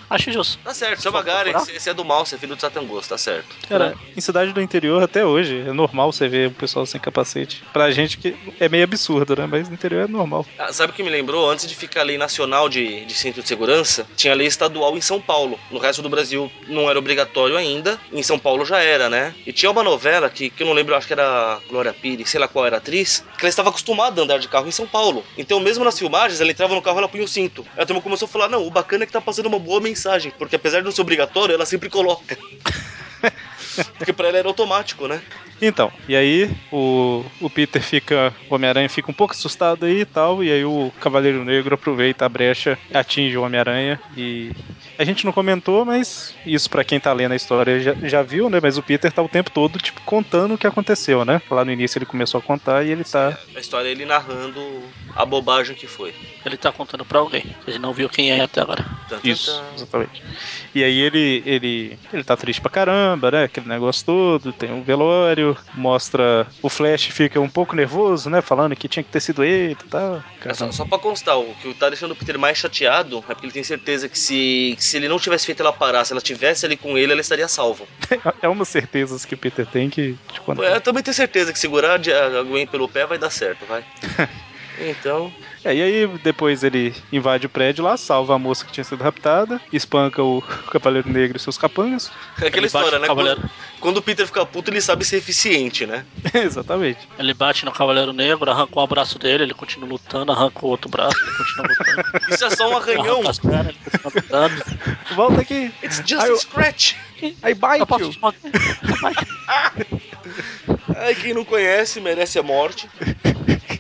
Acho justo.
Tá certo, seu
Só
Magaren,
procurar?
você você é do mal, você é filho do Satangos, tá certo.
Cara, em cidade do interior até hoje é normal você ver o pessoal sem capacete. Pra gente que é meio absurdo, né? Mas no interior é normal.
Ah, sabe o que me lembrou? Antes de ficar a lei nacional de, de centro de segurança, tinha a lei estadual em São Paulo. No resto do Brasil não era obrigatório ainda, em São Paulo já era, né? E tinha uma novela que, que eu não lembro, acho que era Glória Pires, sei lá qual era a atriz, que ela estava acostumada a andar de carro em São Paulo. Então, mesmo nas filmagens, ela entrava no carro e ela punha o cinto. A turma começou a falar: não, o bacana é que tá passando uma boa mensagem, porque apesar de não ser obrigatório, ela sempre coloca. Porque pra ela era automático, né?
Então, e aí o, o Peter fica, o Homem-Aranha fica um pouco assustado aí e tal, e aí o Cavaleiro Negro aproveita a brecha, atinge o Homem-Aranha e. A gente não comentou, mas isso pra quem tá lendo a história já, já viu, né? Mas o Peter tá o tempo todo, tipo, contando o que aconteceu, né? Lá no início ele começou a contar e ele tá.
A história é ele narrando a bobagem que foi.
Ele tá contando pra alguém. Ele não viu quem é até agora.
Tan, tan,
Isso,
tan.
exatamente. E aí ele, ele, ele tá triste pra caramba, né? Aquele negócio todo, tem um velório, mostra. O Flash fica um pouco nervoso, né? Falando que tinha que ter sido ele e tal.
É, Só, só pra constar, o que tá deixando o Peter mais chateado é porque ele tem certeza que se, que se ele não tivesse feito ela parar, se ela tivesse ali com ele, ela estaria salva.
É umas certezas que o Peter tem que. tipo, de quando-
É.
Eu também tenho certeza que segurar de- a Gwen pelo pé vai dar certo, vai. Então,
É, e aí depois ele invade o prédio lá, salva a moça que tinha sido raptada, espanca o Cavaleiro Negro e seus capangas.
é aquela
Ele bate
história,
no
né?
cavaleiro.
Quando, quando o Peter fica puto, ele sabe ser eficiente, né?
Exatamente.
Ele bate no Cavaleiro Negro, arranca um braço dele, ele continua lutando, arranca o outro braço, ele continua lutando.
Isso é só um arranhão.
Arranca as pernas, ele continua lutando.
Volta aqui!
It's
Ai,
just
eu-
a scratch.
Aí
Eu
bite
posso
you!
te mandar-
Ai, quem não conhece, merece a morte.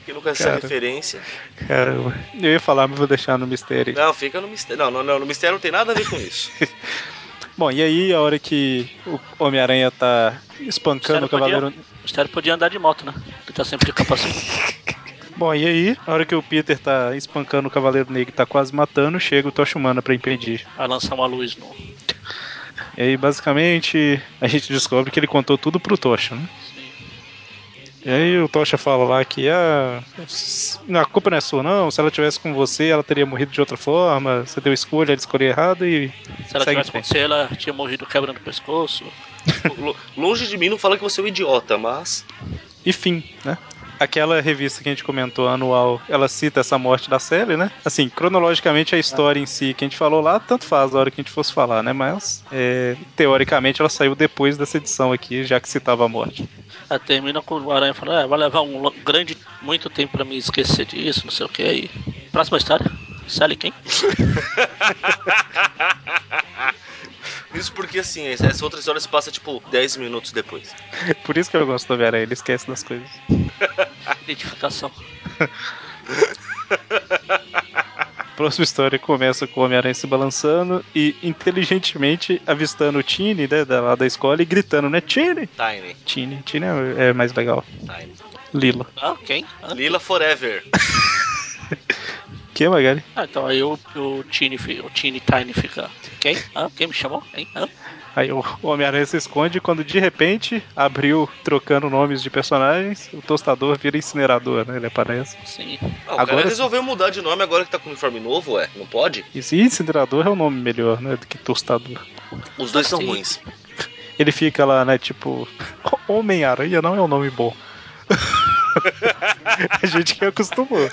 Quem não conhece
Cara.
essa referência.
Caramba, eu ia falar, mas vou deixar no mistério.
É.
Não, fica no mistério. Não, não, não, no mistério não tem nada a ver com isso.
Bom, e aí a hora que o Homem-Aranha tá espancando
Sério,
o Cavaleiro.
O mistério podia andar de moto, né? Ele tá sempre de capacete.
Bom, e aí, a hora que o Peter tá espancando o Cavaleiro Negro e tá quase matando, chega o Tocha Humana pra impedir.
Vai lançar uma luz no.
E aí, basicamente, a gente descobre que ele contou tudo pro Tocha, né? E aí o Tocha fala lá que ah, a culpa não é sua não, se ela tivesse com você ela teria morrido de outra forma, você deu escolha, ela escolheu errado e
Se ela
segue em frente.
tivesse acontecido, ela tinha morrido quebrando o pescoço.
Lo- Longe de mim não fala que você é um idiota, mas.
E fim, né? Aquela revista que a gente comentou, anual, ela cita essa morte da Sally, né? Assim, cronologicamente a história em si que a gente falou lá, tanto faz a hora que a gente fosse falar, né? Mas, é, teoricamente, ela saiu depois dessa edição aqui, já que citava a morte.
Ela É, termina com o Aranha falando, é, vai levar um lo- grande, muito tempo pra mim esquecer disso, não sei o que aí. Próxima história. Sally quem?
Isso porque assim, essa outra história se passa tipo 10 minutos depois.
Por isso que eu gosto do Homem-Aranha, ele esquece das coisas.
Identificação.
Próxima história começa com o Homem-Aranha se balançando e inteligentemente avistando o Tini, né, da, lá da escola, e gritando, né? Tini!
Tiny,
Tini, Tini é, é mais legal.
Tiny.
Lila.
Ah, quem? Ah,
Lila Forever.
Que, Magali?
Ah, então aí o, o Tini fi- o Tini Tiny fica. Quem? Ah, quem me chamou? Quem? Ah,
Aí o Homem-Aranha se esconde quando de repente abriu trocando nomes de personagens, o tostador vira incinerador, né? Ele aparece.
sim.
Não, o
Agora-
cara resolveu mudar de nome agora que tá com uniforme novo, ué. Não pode?
E se incinerador é o nome melhor, né? Do que tostador.
Os dois são
Sim.
ruins.
Ele fica lá, né? Tipo, Homem-Aranha não é um nome bom. A gente que acostumou.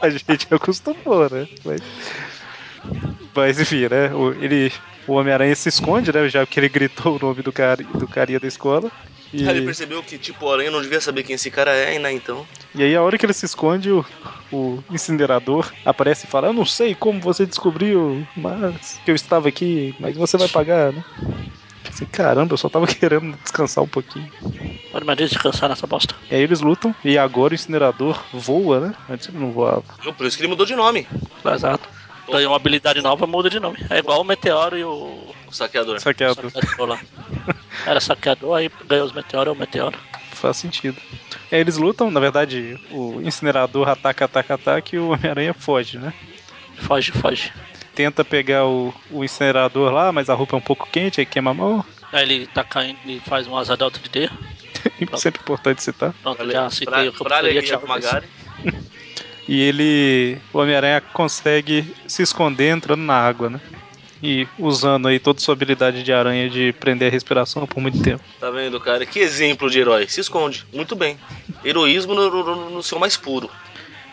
A gente que acostumou, né? Mas, mas enfim, né? O, ele, o Homem-Aranha se esconde, né? Já que ele gritou o nome do, cara, do carinha da escola. E...
Aí ele percebeu que, tipo, o Aranha não devia saber quem esse cara é, né? Então.
E aí a hora que ele se esconde, o, o incinerador aparece e fala, eu não sei como você descobriu, mas que eu estava aqui, mas você vai pagar, né? Assim, caramba, eu só tava querendo descansar um pouquinho.
Pode mais descansar nessa bosta.
E aí eles lutam, e agora o incinerador voa, né? Antes ele não voava.
Viu? Por isso que ele mudou de nome.
Exato. Ganhou uma habilidade nova, muda de nome. É igual o Meteoro e o.
O saqueador.
Só que é, a-
Saqueador lá. Era saqueador, aí ganhou os meteoros, é o meteoro.
faz sentido. E aí eles lutam, na verdade, o incinerador ataca, ataca, ataca, e o Homem-Aranha foge, né?
Foge, foge.
Tenta pegar o, o incinerador lá, mas a roupa é um pouco quente, aí queima a mão.
Aí ele tá caindo e faz um asa delta de D.
É Sempre importante citar.
Pronto,
Pra,
já citei o que eu
pra
poderia
alegria
tchau.
do Magari.
E ele, o Homem-Aranha, consegue se esconder entrando na água, né? E usando aí toda sua habilidade de aranha de prender a respiração por muito tempo.
Tá vendo, cara? Que exemplo de herói. Se esconde. Muito bem. Heroísmo no, no- no seu mais puro.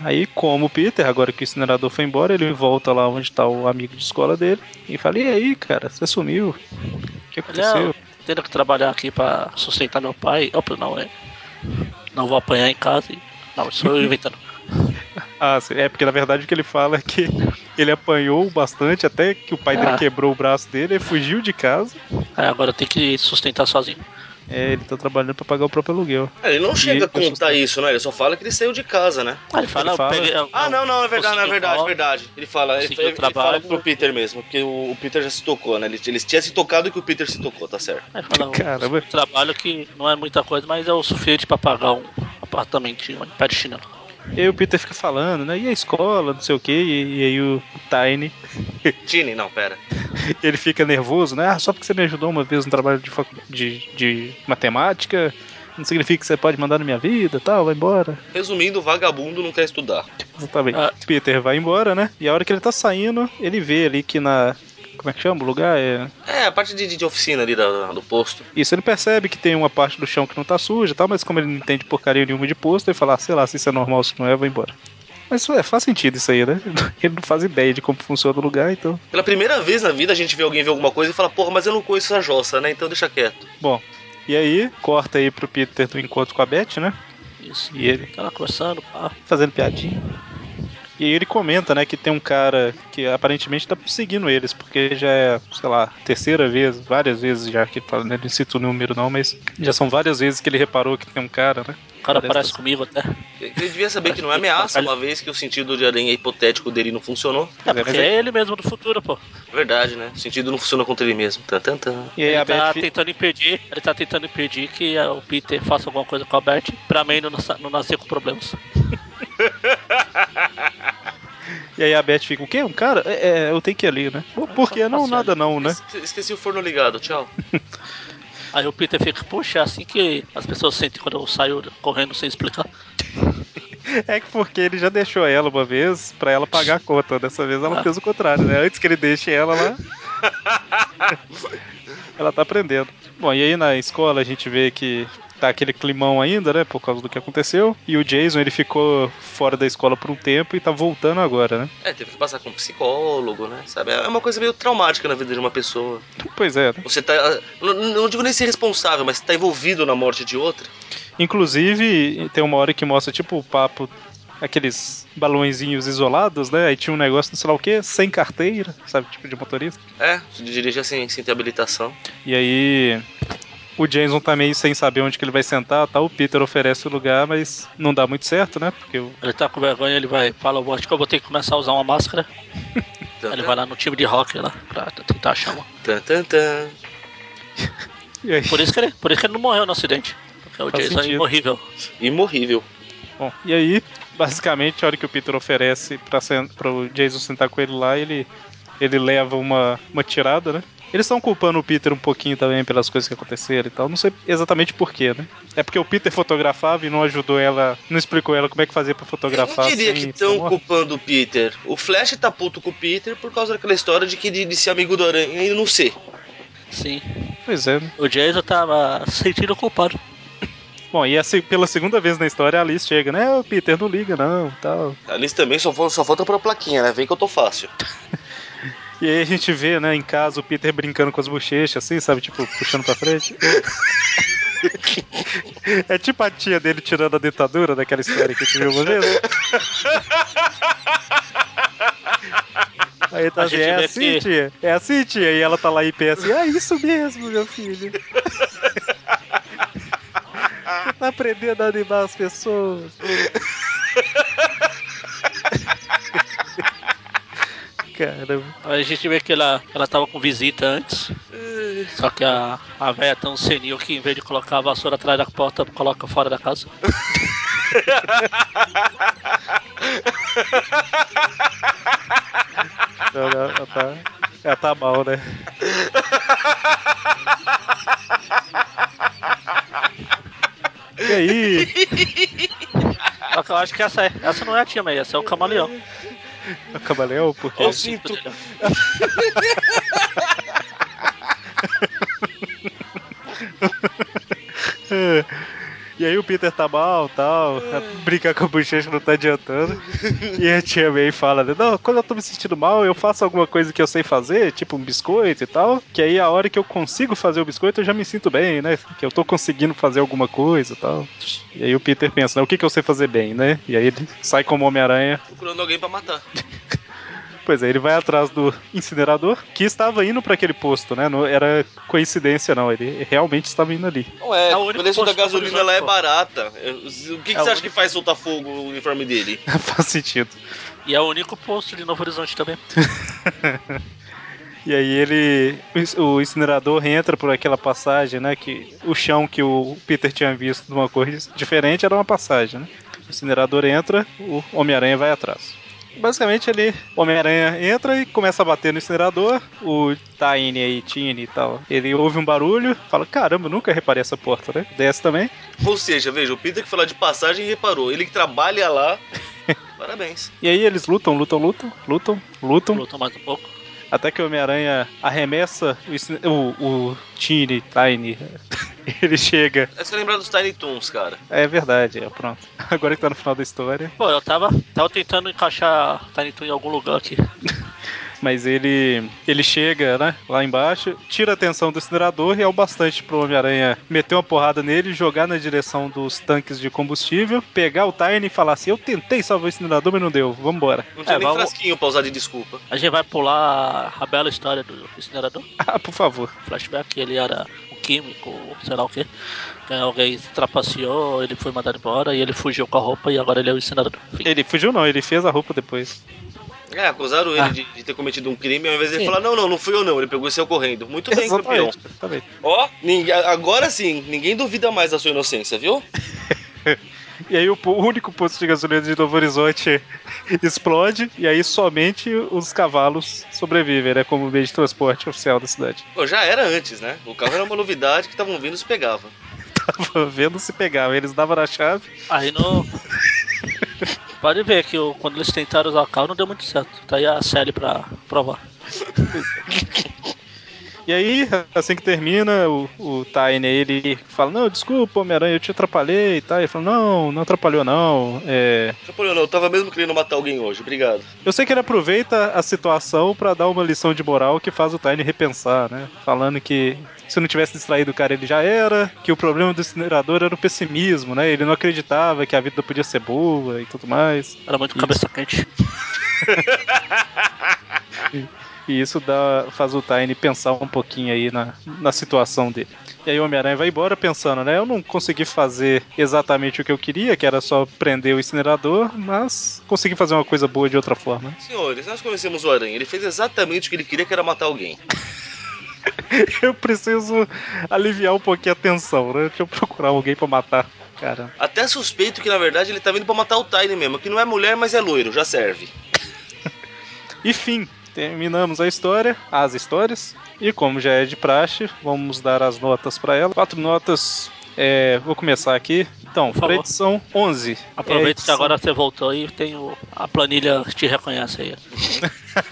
Aí, como o Peter, agora que o incinerador foi embora, ele volta lá onde tá o amigo de escola dele e fala: E aí, cara, você sumiu? O que
Não,
aconteceu?
tendo que trabalhar aqui pra sustentar meu pai. Opa, não, é. Não vou apanhar em casa. e- Não, isso eu inventando.
Ah, sim, é porque na verdade o que ele fala é que ele apanhou bastante até que o pai dele
Ah.
quebrou o braço dele, ele fugiu de casa.
É, agora eu tenho que sustentar sozinho.
É, ele tá trabalhando pra pagar o próprio aluguel.
É, Ele não chega a
deixa eu
contar isso, né? Ele só fala que ele saiu de casa, né?
Ah, ele fala,
Ele
eu
fala-
peguei- eu-
Ah, não, não, é verdade, não, é
consegui um
verdade, é
mal.
verdade. Ele fala, ele,
Conseguiu
ele fala
trabalho.
pro Peter mesmo, porque o, o Peter já se tocou, né? Ele, ele tinha se tocado que o Peter se tocou, tá certo.
Ele fala, eu
Caramba.
consegui trabalho que não é muita coisa, mas é o suficiente pra pagar um apartamentinho em pé de chinelo.
E aí o Peter fica falando, né? E a escola, não sei o quê, e, e aí o Tiny,
Tini, não, pera.
ele fica nervoso, né? Ah, só porque você me ajudou uma vez no trabalho de, facu- de, de matemática, não significa que você pode mandar na minha vida tal, vai embora.
Resumindo, vagabundo não quer estudar.
Exatamente.
Ah.
Peter vai embora, né? E a hora que ele tá saindo, ele vê ali que na. Como é que chama? O lugar é.
É, a parte de, de- de oficina ali da- do posto.
Isso, ele percebe que tem uma parte do chão que não tá suja e tal, mas como ele não entende porcaria nenhuma de posto, ele fala, ah, sei lá, se isso é normal, se não é, eu vou embora. Mas ué, faz sentido isso aí, né? Ele não faz ideia de como funciona o lugar, então.
Pela primeira vez na vida a gente vê alguém ver alguma coisa e fala, porra, mas eu não conheço essa jossa, né? Então deixa quieto.
Bom, e aí, corta aí pro Peter do encontro com a Beth, né?
Isso.
E ele
Tá lá conversando, pá.
fazendo piadinha. E aí ele comenta, né, que tem um cara que aparentemente tá perseguindo eles, porque já é, sei lá, terceira vez, várias vezes já que ele fala, né, ele cita o número não, mas já são várias vezes que ele reparou que tem um cara, né?
O cara
Parece
parece
que-
comigo até.
Ele devia saber que não é ameaça, uma vez que o sentido de aranha hipotético dele não funcionou.
É
Pois é,
porque
mas é-
é ele mesmo do futuro, pô.
Verdade, né? O sentido não funciona contra ele mesmo. Tan, tan, tan.
E aí
ele
a
tá
Beth fi-
tentando impedir, ele tá tentando impedir que ah, o Peter faça alguma coisa com a Beth pra mim não, nas- não nascer com problemas.
E aí a Beth fica, o quê? Um cara? É, é, eu tenho que ir ali, né? Pô, Por quê? Não,
Nossa,
nada não, né?
Esque- Esqueci o forno ligado, tchau.
Aí o Peter fica, puxa, é assim que as pessoas sentem quando eu saio correndo sem explicar.
É que porque ele já deixou ela uma vez pra ela pagar a conta. Dessa vez ela
Ah.
fez o contrário, né? Antes que ele deixe ela lá. ela tá aprendendo. Bom, e aí na escola a gente vê que tá aquele climão ainda, né? Por causa do que aconteceu. E o Jason, ele ficou fora da escola por um tempo e tá voltando agora, né?
É, teve que passar com um psicólogo, né? Sabe? É uma coisa meio traumática na vida de uma pessoa.
Pois é. né?
Você tá. Não, não digo nem ser responsável, mas tá envolvido na morte de outra.
Inclusive, tem uma hora que mostra tipo o papo. Aqueles balõezinhos isolados, né? Aí tinha um negócio, não sei lá o que, sem carteira, sabe? Tipo de motorista.
É, se dirigir sem, sem ter habilitação.
E aí o Jason tá meio sem saber onde que ele vai sentar, tá? O Peter oferece o lugar, mas não dá muito certo, né? Porque o-
Ele tá com vergonha, ele vai, fala, eu acho que eu vou ter que começar a usar uma máscara. Aí
Tan,
ele vai lá no time de rock lá, pra t- tentar achar uma.
tan, tan, tan.
e aí,
Por isso que ele, por isso que ele não morreu no acidente. Porque o
Faz
Jason
sentido.
é horrível.
Imorrível.
bom, e aí, basicamente, a hora que o Peter oferece pra, sen- pro Jason sentar com ele lá, ele, ele leva uma, uma tirada, né? Eles estão culpando o Peter um pouquinho também pelas coisas que aconteceram e tal. Não sei exatamente porquê, né? É porque o Peter fotografava e não ajudou ela, não explicou ela como é que fazia pra
Eu
fotografar. assim, então,
não diria
assim,
sem-
que estão
sem-
culpando o Peter. O Flash tá puto com o Peter por causa daquela história de que de, de ser amigo do Aranha e não ser.
Sim.
Pois é, né?
O Jason tava se sentindo culpado.
Bom, e assim, pela segunda vez na história, a Alice chega, né? O Peter não liga, não, tal.
Alice também só, fal- só falta pra plaquinha, né? Vem que eu tô fácil.
E aí a gente vê, né, em casa, o Peter brincando com as bochechas, assim, sabe? Tipo, puxando pra frente. é tipo a tia dele tirando a dentadura daquela história que a gente viu uma vez. né? Aí tá
A
assim,
gente
é
vê
assim,
que-
tia? É assim, tia? E ela tá lá em pé assim, ah, isso mesmo, meu filho. Você tá aprendendo a animar as pessoas. Caramba.
Aí a gente vê que ela, ela tava com visita antes. Só que a, a véia é tão senil que em vez de colocar a vassoura atrás da porta, coloca fora da casa.
Não, não, ela tá, ela tá mal, né? E aí,
Só que eu acho que essa, é, essa não é a Tia May, essa é o camaleão. tipo
O camaleão, porque.
Ó o
Sim,
cinto.
poderia.
E aí o Peter tá mal tal, brincar com a bochecha não tá adiantando. E a tia May fala, né, não, quando eu tô me sentindo mal, eu faço alguma coisa que eu sei fazer, tipo um biscoito e tal, que aí a hora que eu consigo fazer o biscoito eu já me sinto bem, né? Que eu tô conseguindo fazer alguma coisa e tal. E aí o Peter pensa, né, o que que eu sei fazer bem, né? E aí ele sai como Homem-Aranha
Procurando alguém pra matar.
Pois é, ele vai atrás do incinerador, que estava indo para aquele posto, né? Não era coincidência, não. Ele realmente estava indo ali.
Não é,
É o
o
único
preço da
posto
gasolina lá é
pô.
barata. Eu- O que, que
É o
você acha que
único.
faz soltar fogo o uniforme dele?
Faz sentido.
E é o único posto de Novo Horizonte também.
E aí ele. o inc- O incinerador entra por aquela passagem, né? Que o chão que o Peter tinha visto de uma cor diferente era uma passagem, né? O incinerador entra, o Homem-Aranha vai atrás. Basicamente ele, o Homem-Aranha entra e começa a bater no incinerador. O Tiny aí, Tiny e tal. Ele ouve um barulho, fala: Caramba, eu nunca reparei essa porta, né? Desce também.
Ou seja, veja, o Peter que foi lá de passagem e reparou. Ele que trabalha lá. Parabéns.
E aí eles lutam, lutam, lutam, lutam, lutam.
Lutou mais um pouco.
Até que o Homem-Aranha arremessa o, Sn- o, o Tiny, Tiny. Ele chega.
É só lembrar dos Tiny Toons, cara.
É verdade, é pronto. Agora que tá no final da história.
Pô, eu tava, tava tentando encaixar Tiny Toon em algum lugar aqui.
Mas ele. ele chega, né? Lá embaixo, tira a atenção do incinerador e é o bastante pro Homem-Aranha meter uma porrada nele, jogar na direção dos tanques de combustível, pegar o Tiny e falar assim: Eu tentei salvar o incinerador, mas não deu, vambora.
Não tinha
É,
nem
vamos-
frasquinho pra usar de desculpa.
A gente vai pular a bela história do incinerador.
Ah, por favor.
Flashback, ele era um químico, sei lá o quê. Aí Alguém se trapaceou, ele foi mandado embora e ele fugiu com a roupa e agora ele é o incinerador. Enfim.
Ele fugiu, não, ele fez a roupa depois.
É, acusaram ele
Ah.
de, de ter cometido um crime, ao invés de ele
Sim.
falar, não, não, não fui eu não, ele pegou e saiu correndo. Muito bem, campeão.
Exatamente, exatamente.
Ó, ninguém- agora sim, ninguém duvida mais da sua inocência, viu?
E aí o, po- o único posto de gasolina de Novo Horizonte explode, e aí somente os cavalos sobrevivem, né? Como meio de transporte oficial da cidade.
Pô, já era antes, né? O carro era uma novidade que estavam vindo e se pegava.
Tava vendo se pegava, eles davam na chave.
Aí no. Pode ver que o- quando eles tentaram usar o carro não deu muito certo. Tá aí a série pra provar.
E aí, assim que termina, o, o Tiny ele fala: Não, desculpa, Homem-Aranha, eu te atrapalhei e tal. Ele fala: Não, não atrapalhou, não. É,
Napoleão, eu tava mesmo querendo matar alguém hoje, obrigado.
Eu sei que ele aproveita a situação pra dar uma lição de moral que faz o Tiny repensar, né? Falando que se não tivesse distraído o cara, ele já era, que o problema do incinerador era o pessimismo, né? Ele não acreditava que a vida podia ser boa e tudo mais.
Era muito
Isso.
cabeça quente.
E isso dá, faz o Tiny pensar um pouquinho aí na, na situação dele. E aí o Homem-Aranha vai embora pensando, né? Eu não consegui fazer exatamente o que eu queria, que era só prender o incinerador, mas consegui fazer uma coisa boa de outra forma.
Senhores, nós conhecemos o Aranha, ele fez exatamente o que ele queria, que era matar alguém.
Eu preciso aliviar um pouquinho a tensão, né? Deixa eu procurar alguém pra matar. Cara,
Até suspeito que, na verdade, ele tá vindo pra matar o Tiny mesmo, que não é mulher, mas é loiro, já serve.
enfim, terminamos a história, as histórias, e como já é de praxe, vamos dar as notas pra ela. Quatro notas, é, vou começar aqui. Então,
Por
para
favor.
edição 11.
Aproveita
É
que agora você voltou e tem o... a planilha te reconhece aí.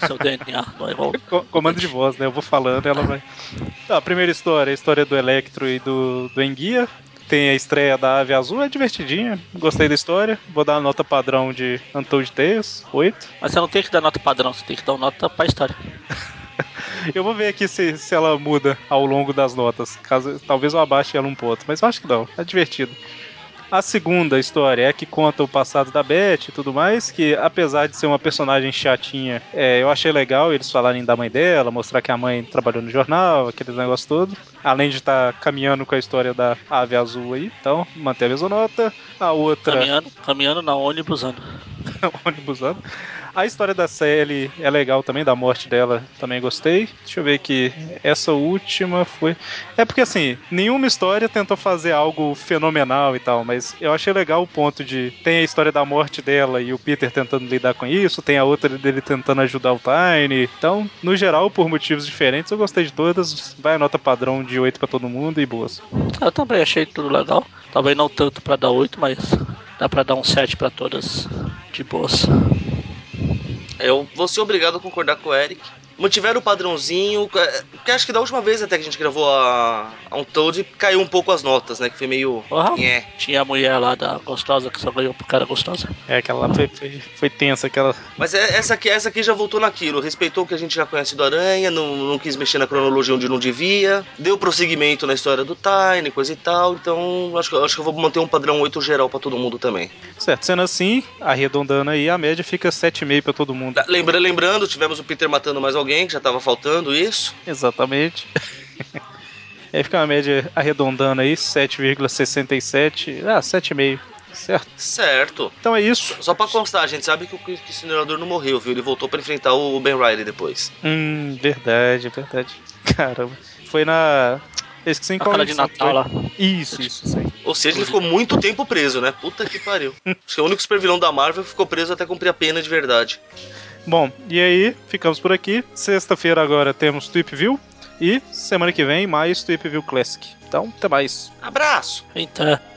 Seu DNA. Vai, volta.
Co- Comando de voz, né? Eu vou falando, ela vai. Tá, a primeira história, a história do Electro e do, do Enguia. Tem a estreia da Ave Azul, é divertidinha. Gostei da história. Vou dar a nota padrão de Untold Tales, 8.
Mas você não tem que dar nota padrão, você tem que dar nota pra história.
É. Eu vou ver aqui se, se ela muda ao longo das notas. Caso, talvez eu abaixe ela um ponto, mas eu acho que não. É divertido. A segunda história é a que conta o passado da Beth e tudo mais, que apesar de ser uma personagem chatinha, é, eu achei legal eles falarem da mãe dela, mostrar que a mãe trabalhou no jornal, aqueles negócios todo. Além de estar caminhando com a história da ave azul aí, então manter a mesma nota. A outra
Caminhando, caminhando não, ônibus ando.
Um ônibus ano. A história da Sally é legal também, da morte dela também gostei. Deixa eu ver aqui. Essa última foi. É porque assim, nenhuma história tentou fazer algo fenomenal e tal, mas eu achei legal o ponto de. Tem a história da morte dela e o Peter tentando lidar com isso, tem a outra dele tentando ajudar o Tiny. Então, no geral, por motivos diferentes, eu gostei de todas. Vai a nota padrão de 8 pra todo mundo e boas.
Eu também achei tudo legal. Talvez não tanto pra dar 8, mas Dá pra dar um 7 pra todas. De boas.
Eu vou ser obrigado a concordar com o Eric. Mantiveram o padrãozinho, é, porque acho que da última vez até que a gente gravou a, a um Toad, caiu um pouco as notas, né? Que foi meio.
Uhum.
É.
Tinha a mulher lá da gostosa que só ganhou pro cara gostosa.
É, aquela lá foi, foi, foi tensa, aquela.
Mas é- essa aqui, essa aqui já voltou naquilo. Respeitou o que a gente já conhece do Aranha, não, não quis mexer na cronologia onde não devia. Deu prosseguimento na história do Tiny, coisa e tal. Então acho que, acho que eu vou manter um padrão 8 geral pra todo mundo também.
Certo, sendo assim, arredondando aí, a média fica 7,5 pra todo mundo.
Da- Lembra, lembrando, tivemos o Peter matando mais alguém, que já tava faltando isso.
Exatamente. aí fica uma média arredondando aí, 7,67. Ah, 7,5. Certo.
Certo.
Então é isso.
Só pra constar, a gente sabe que o que o incinerador não morreu, viu? Ele voltou pra enfrentar o Ben Riley depois.
Hum, verdade, verdade. Caramba. Foi na. Eu esqueci em qual
Aquela de
edição
Natal lá.
foi. Isso, isso, isso aí.
Ou seja, ele ficou muito tempo preso, né? Puta que pariu. Acho que é o único supervilão da Marvel que ficou preso até cumprir a pena de verdade.
Bom, e aí, ficamos por aqui. Sexta-feira agora temos Tweep View. E semana que vem mais Tweep View Classic. Então, até mais.
Abraço!
Então.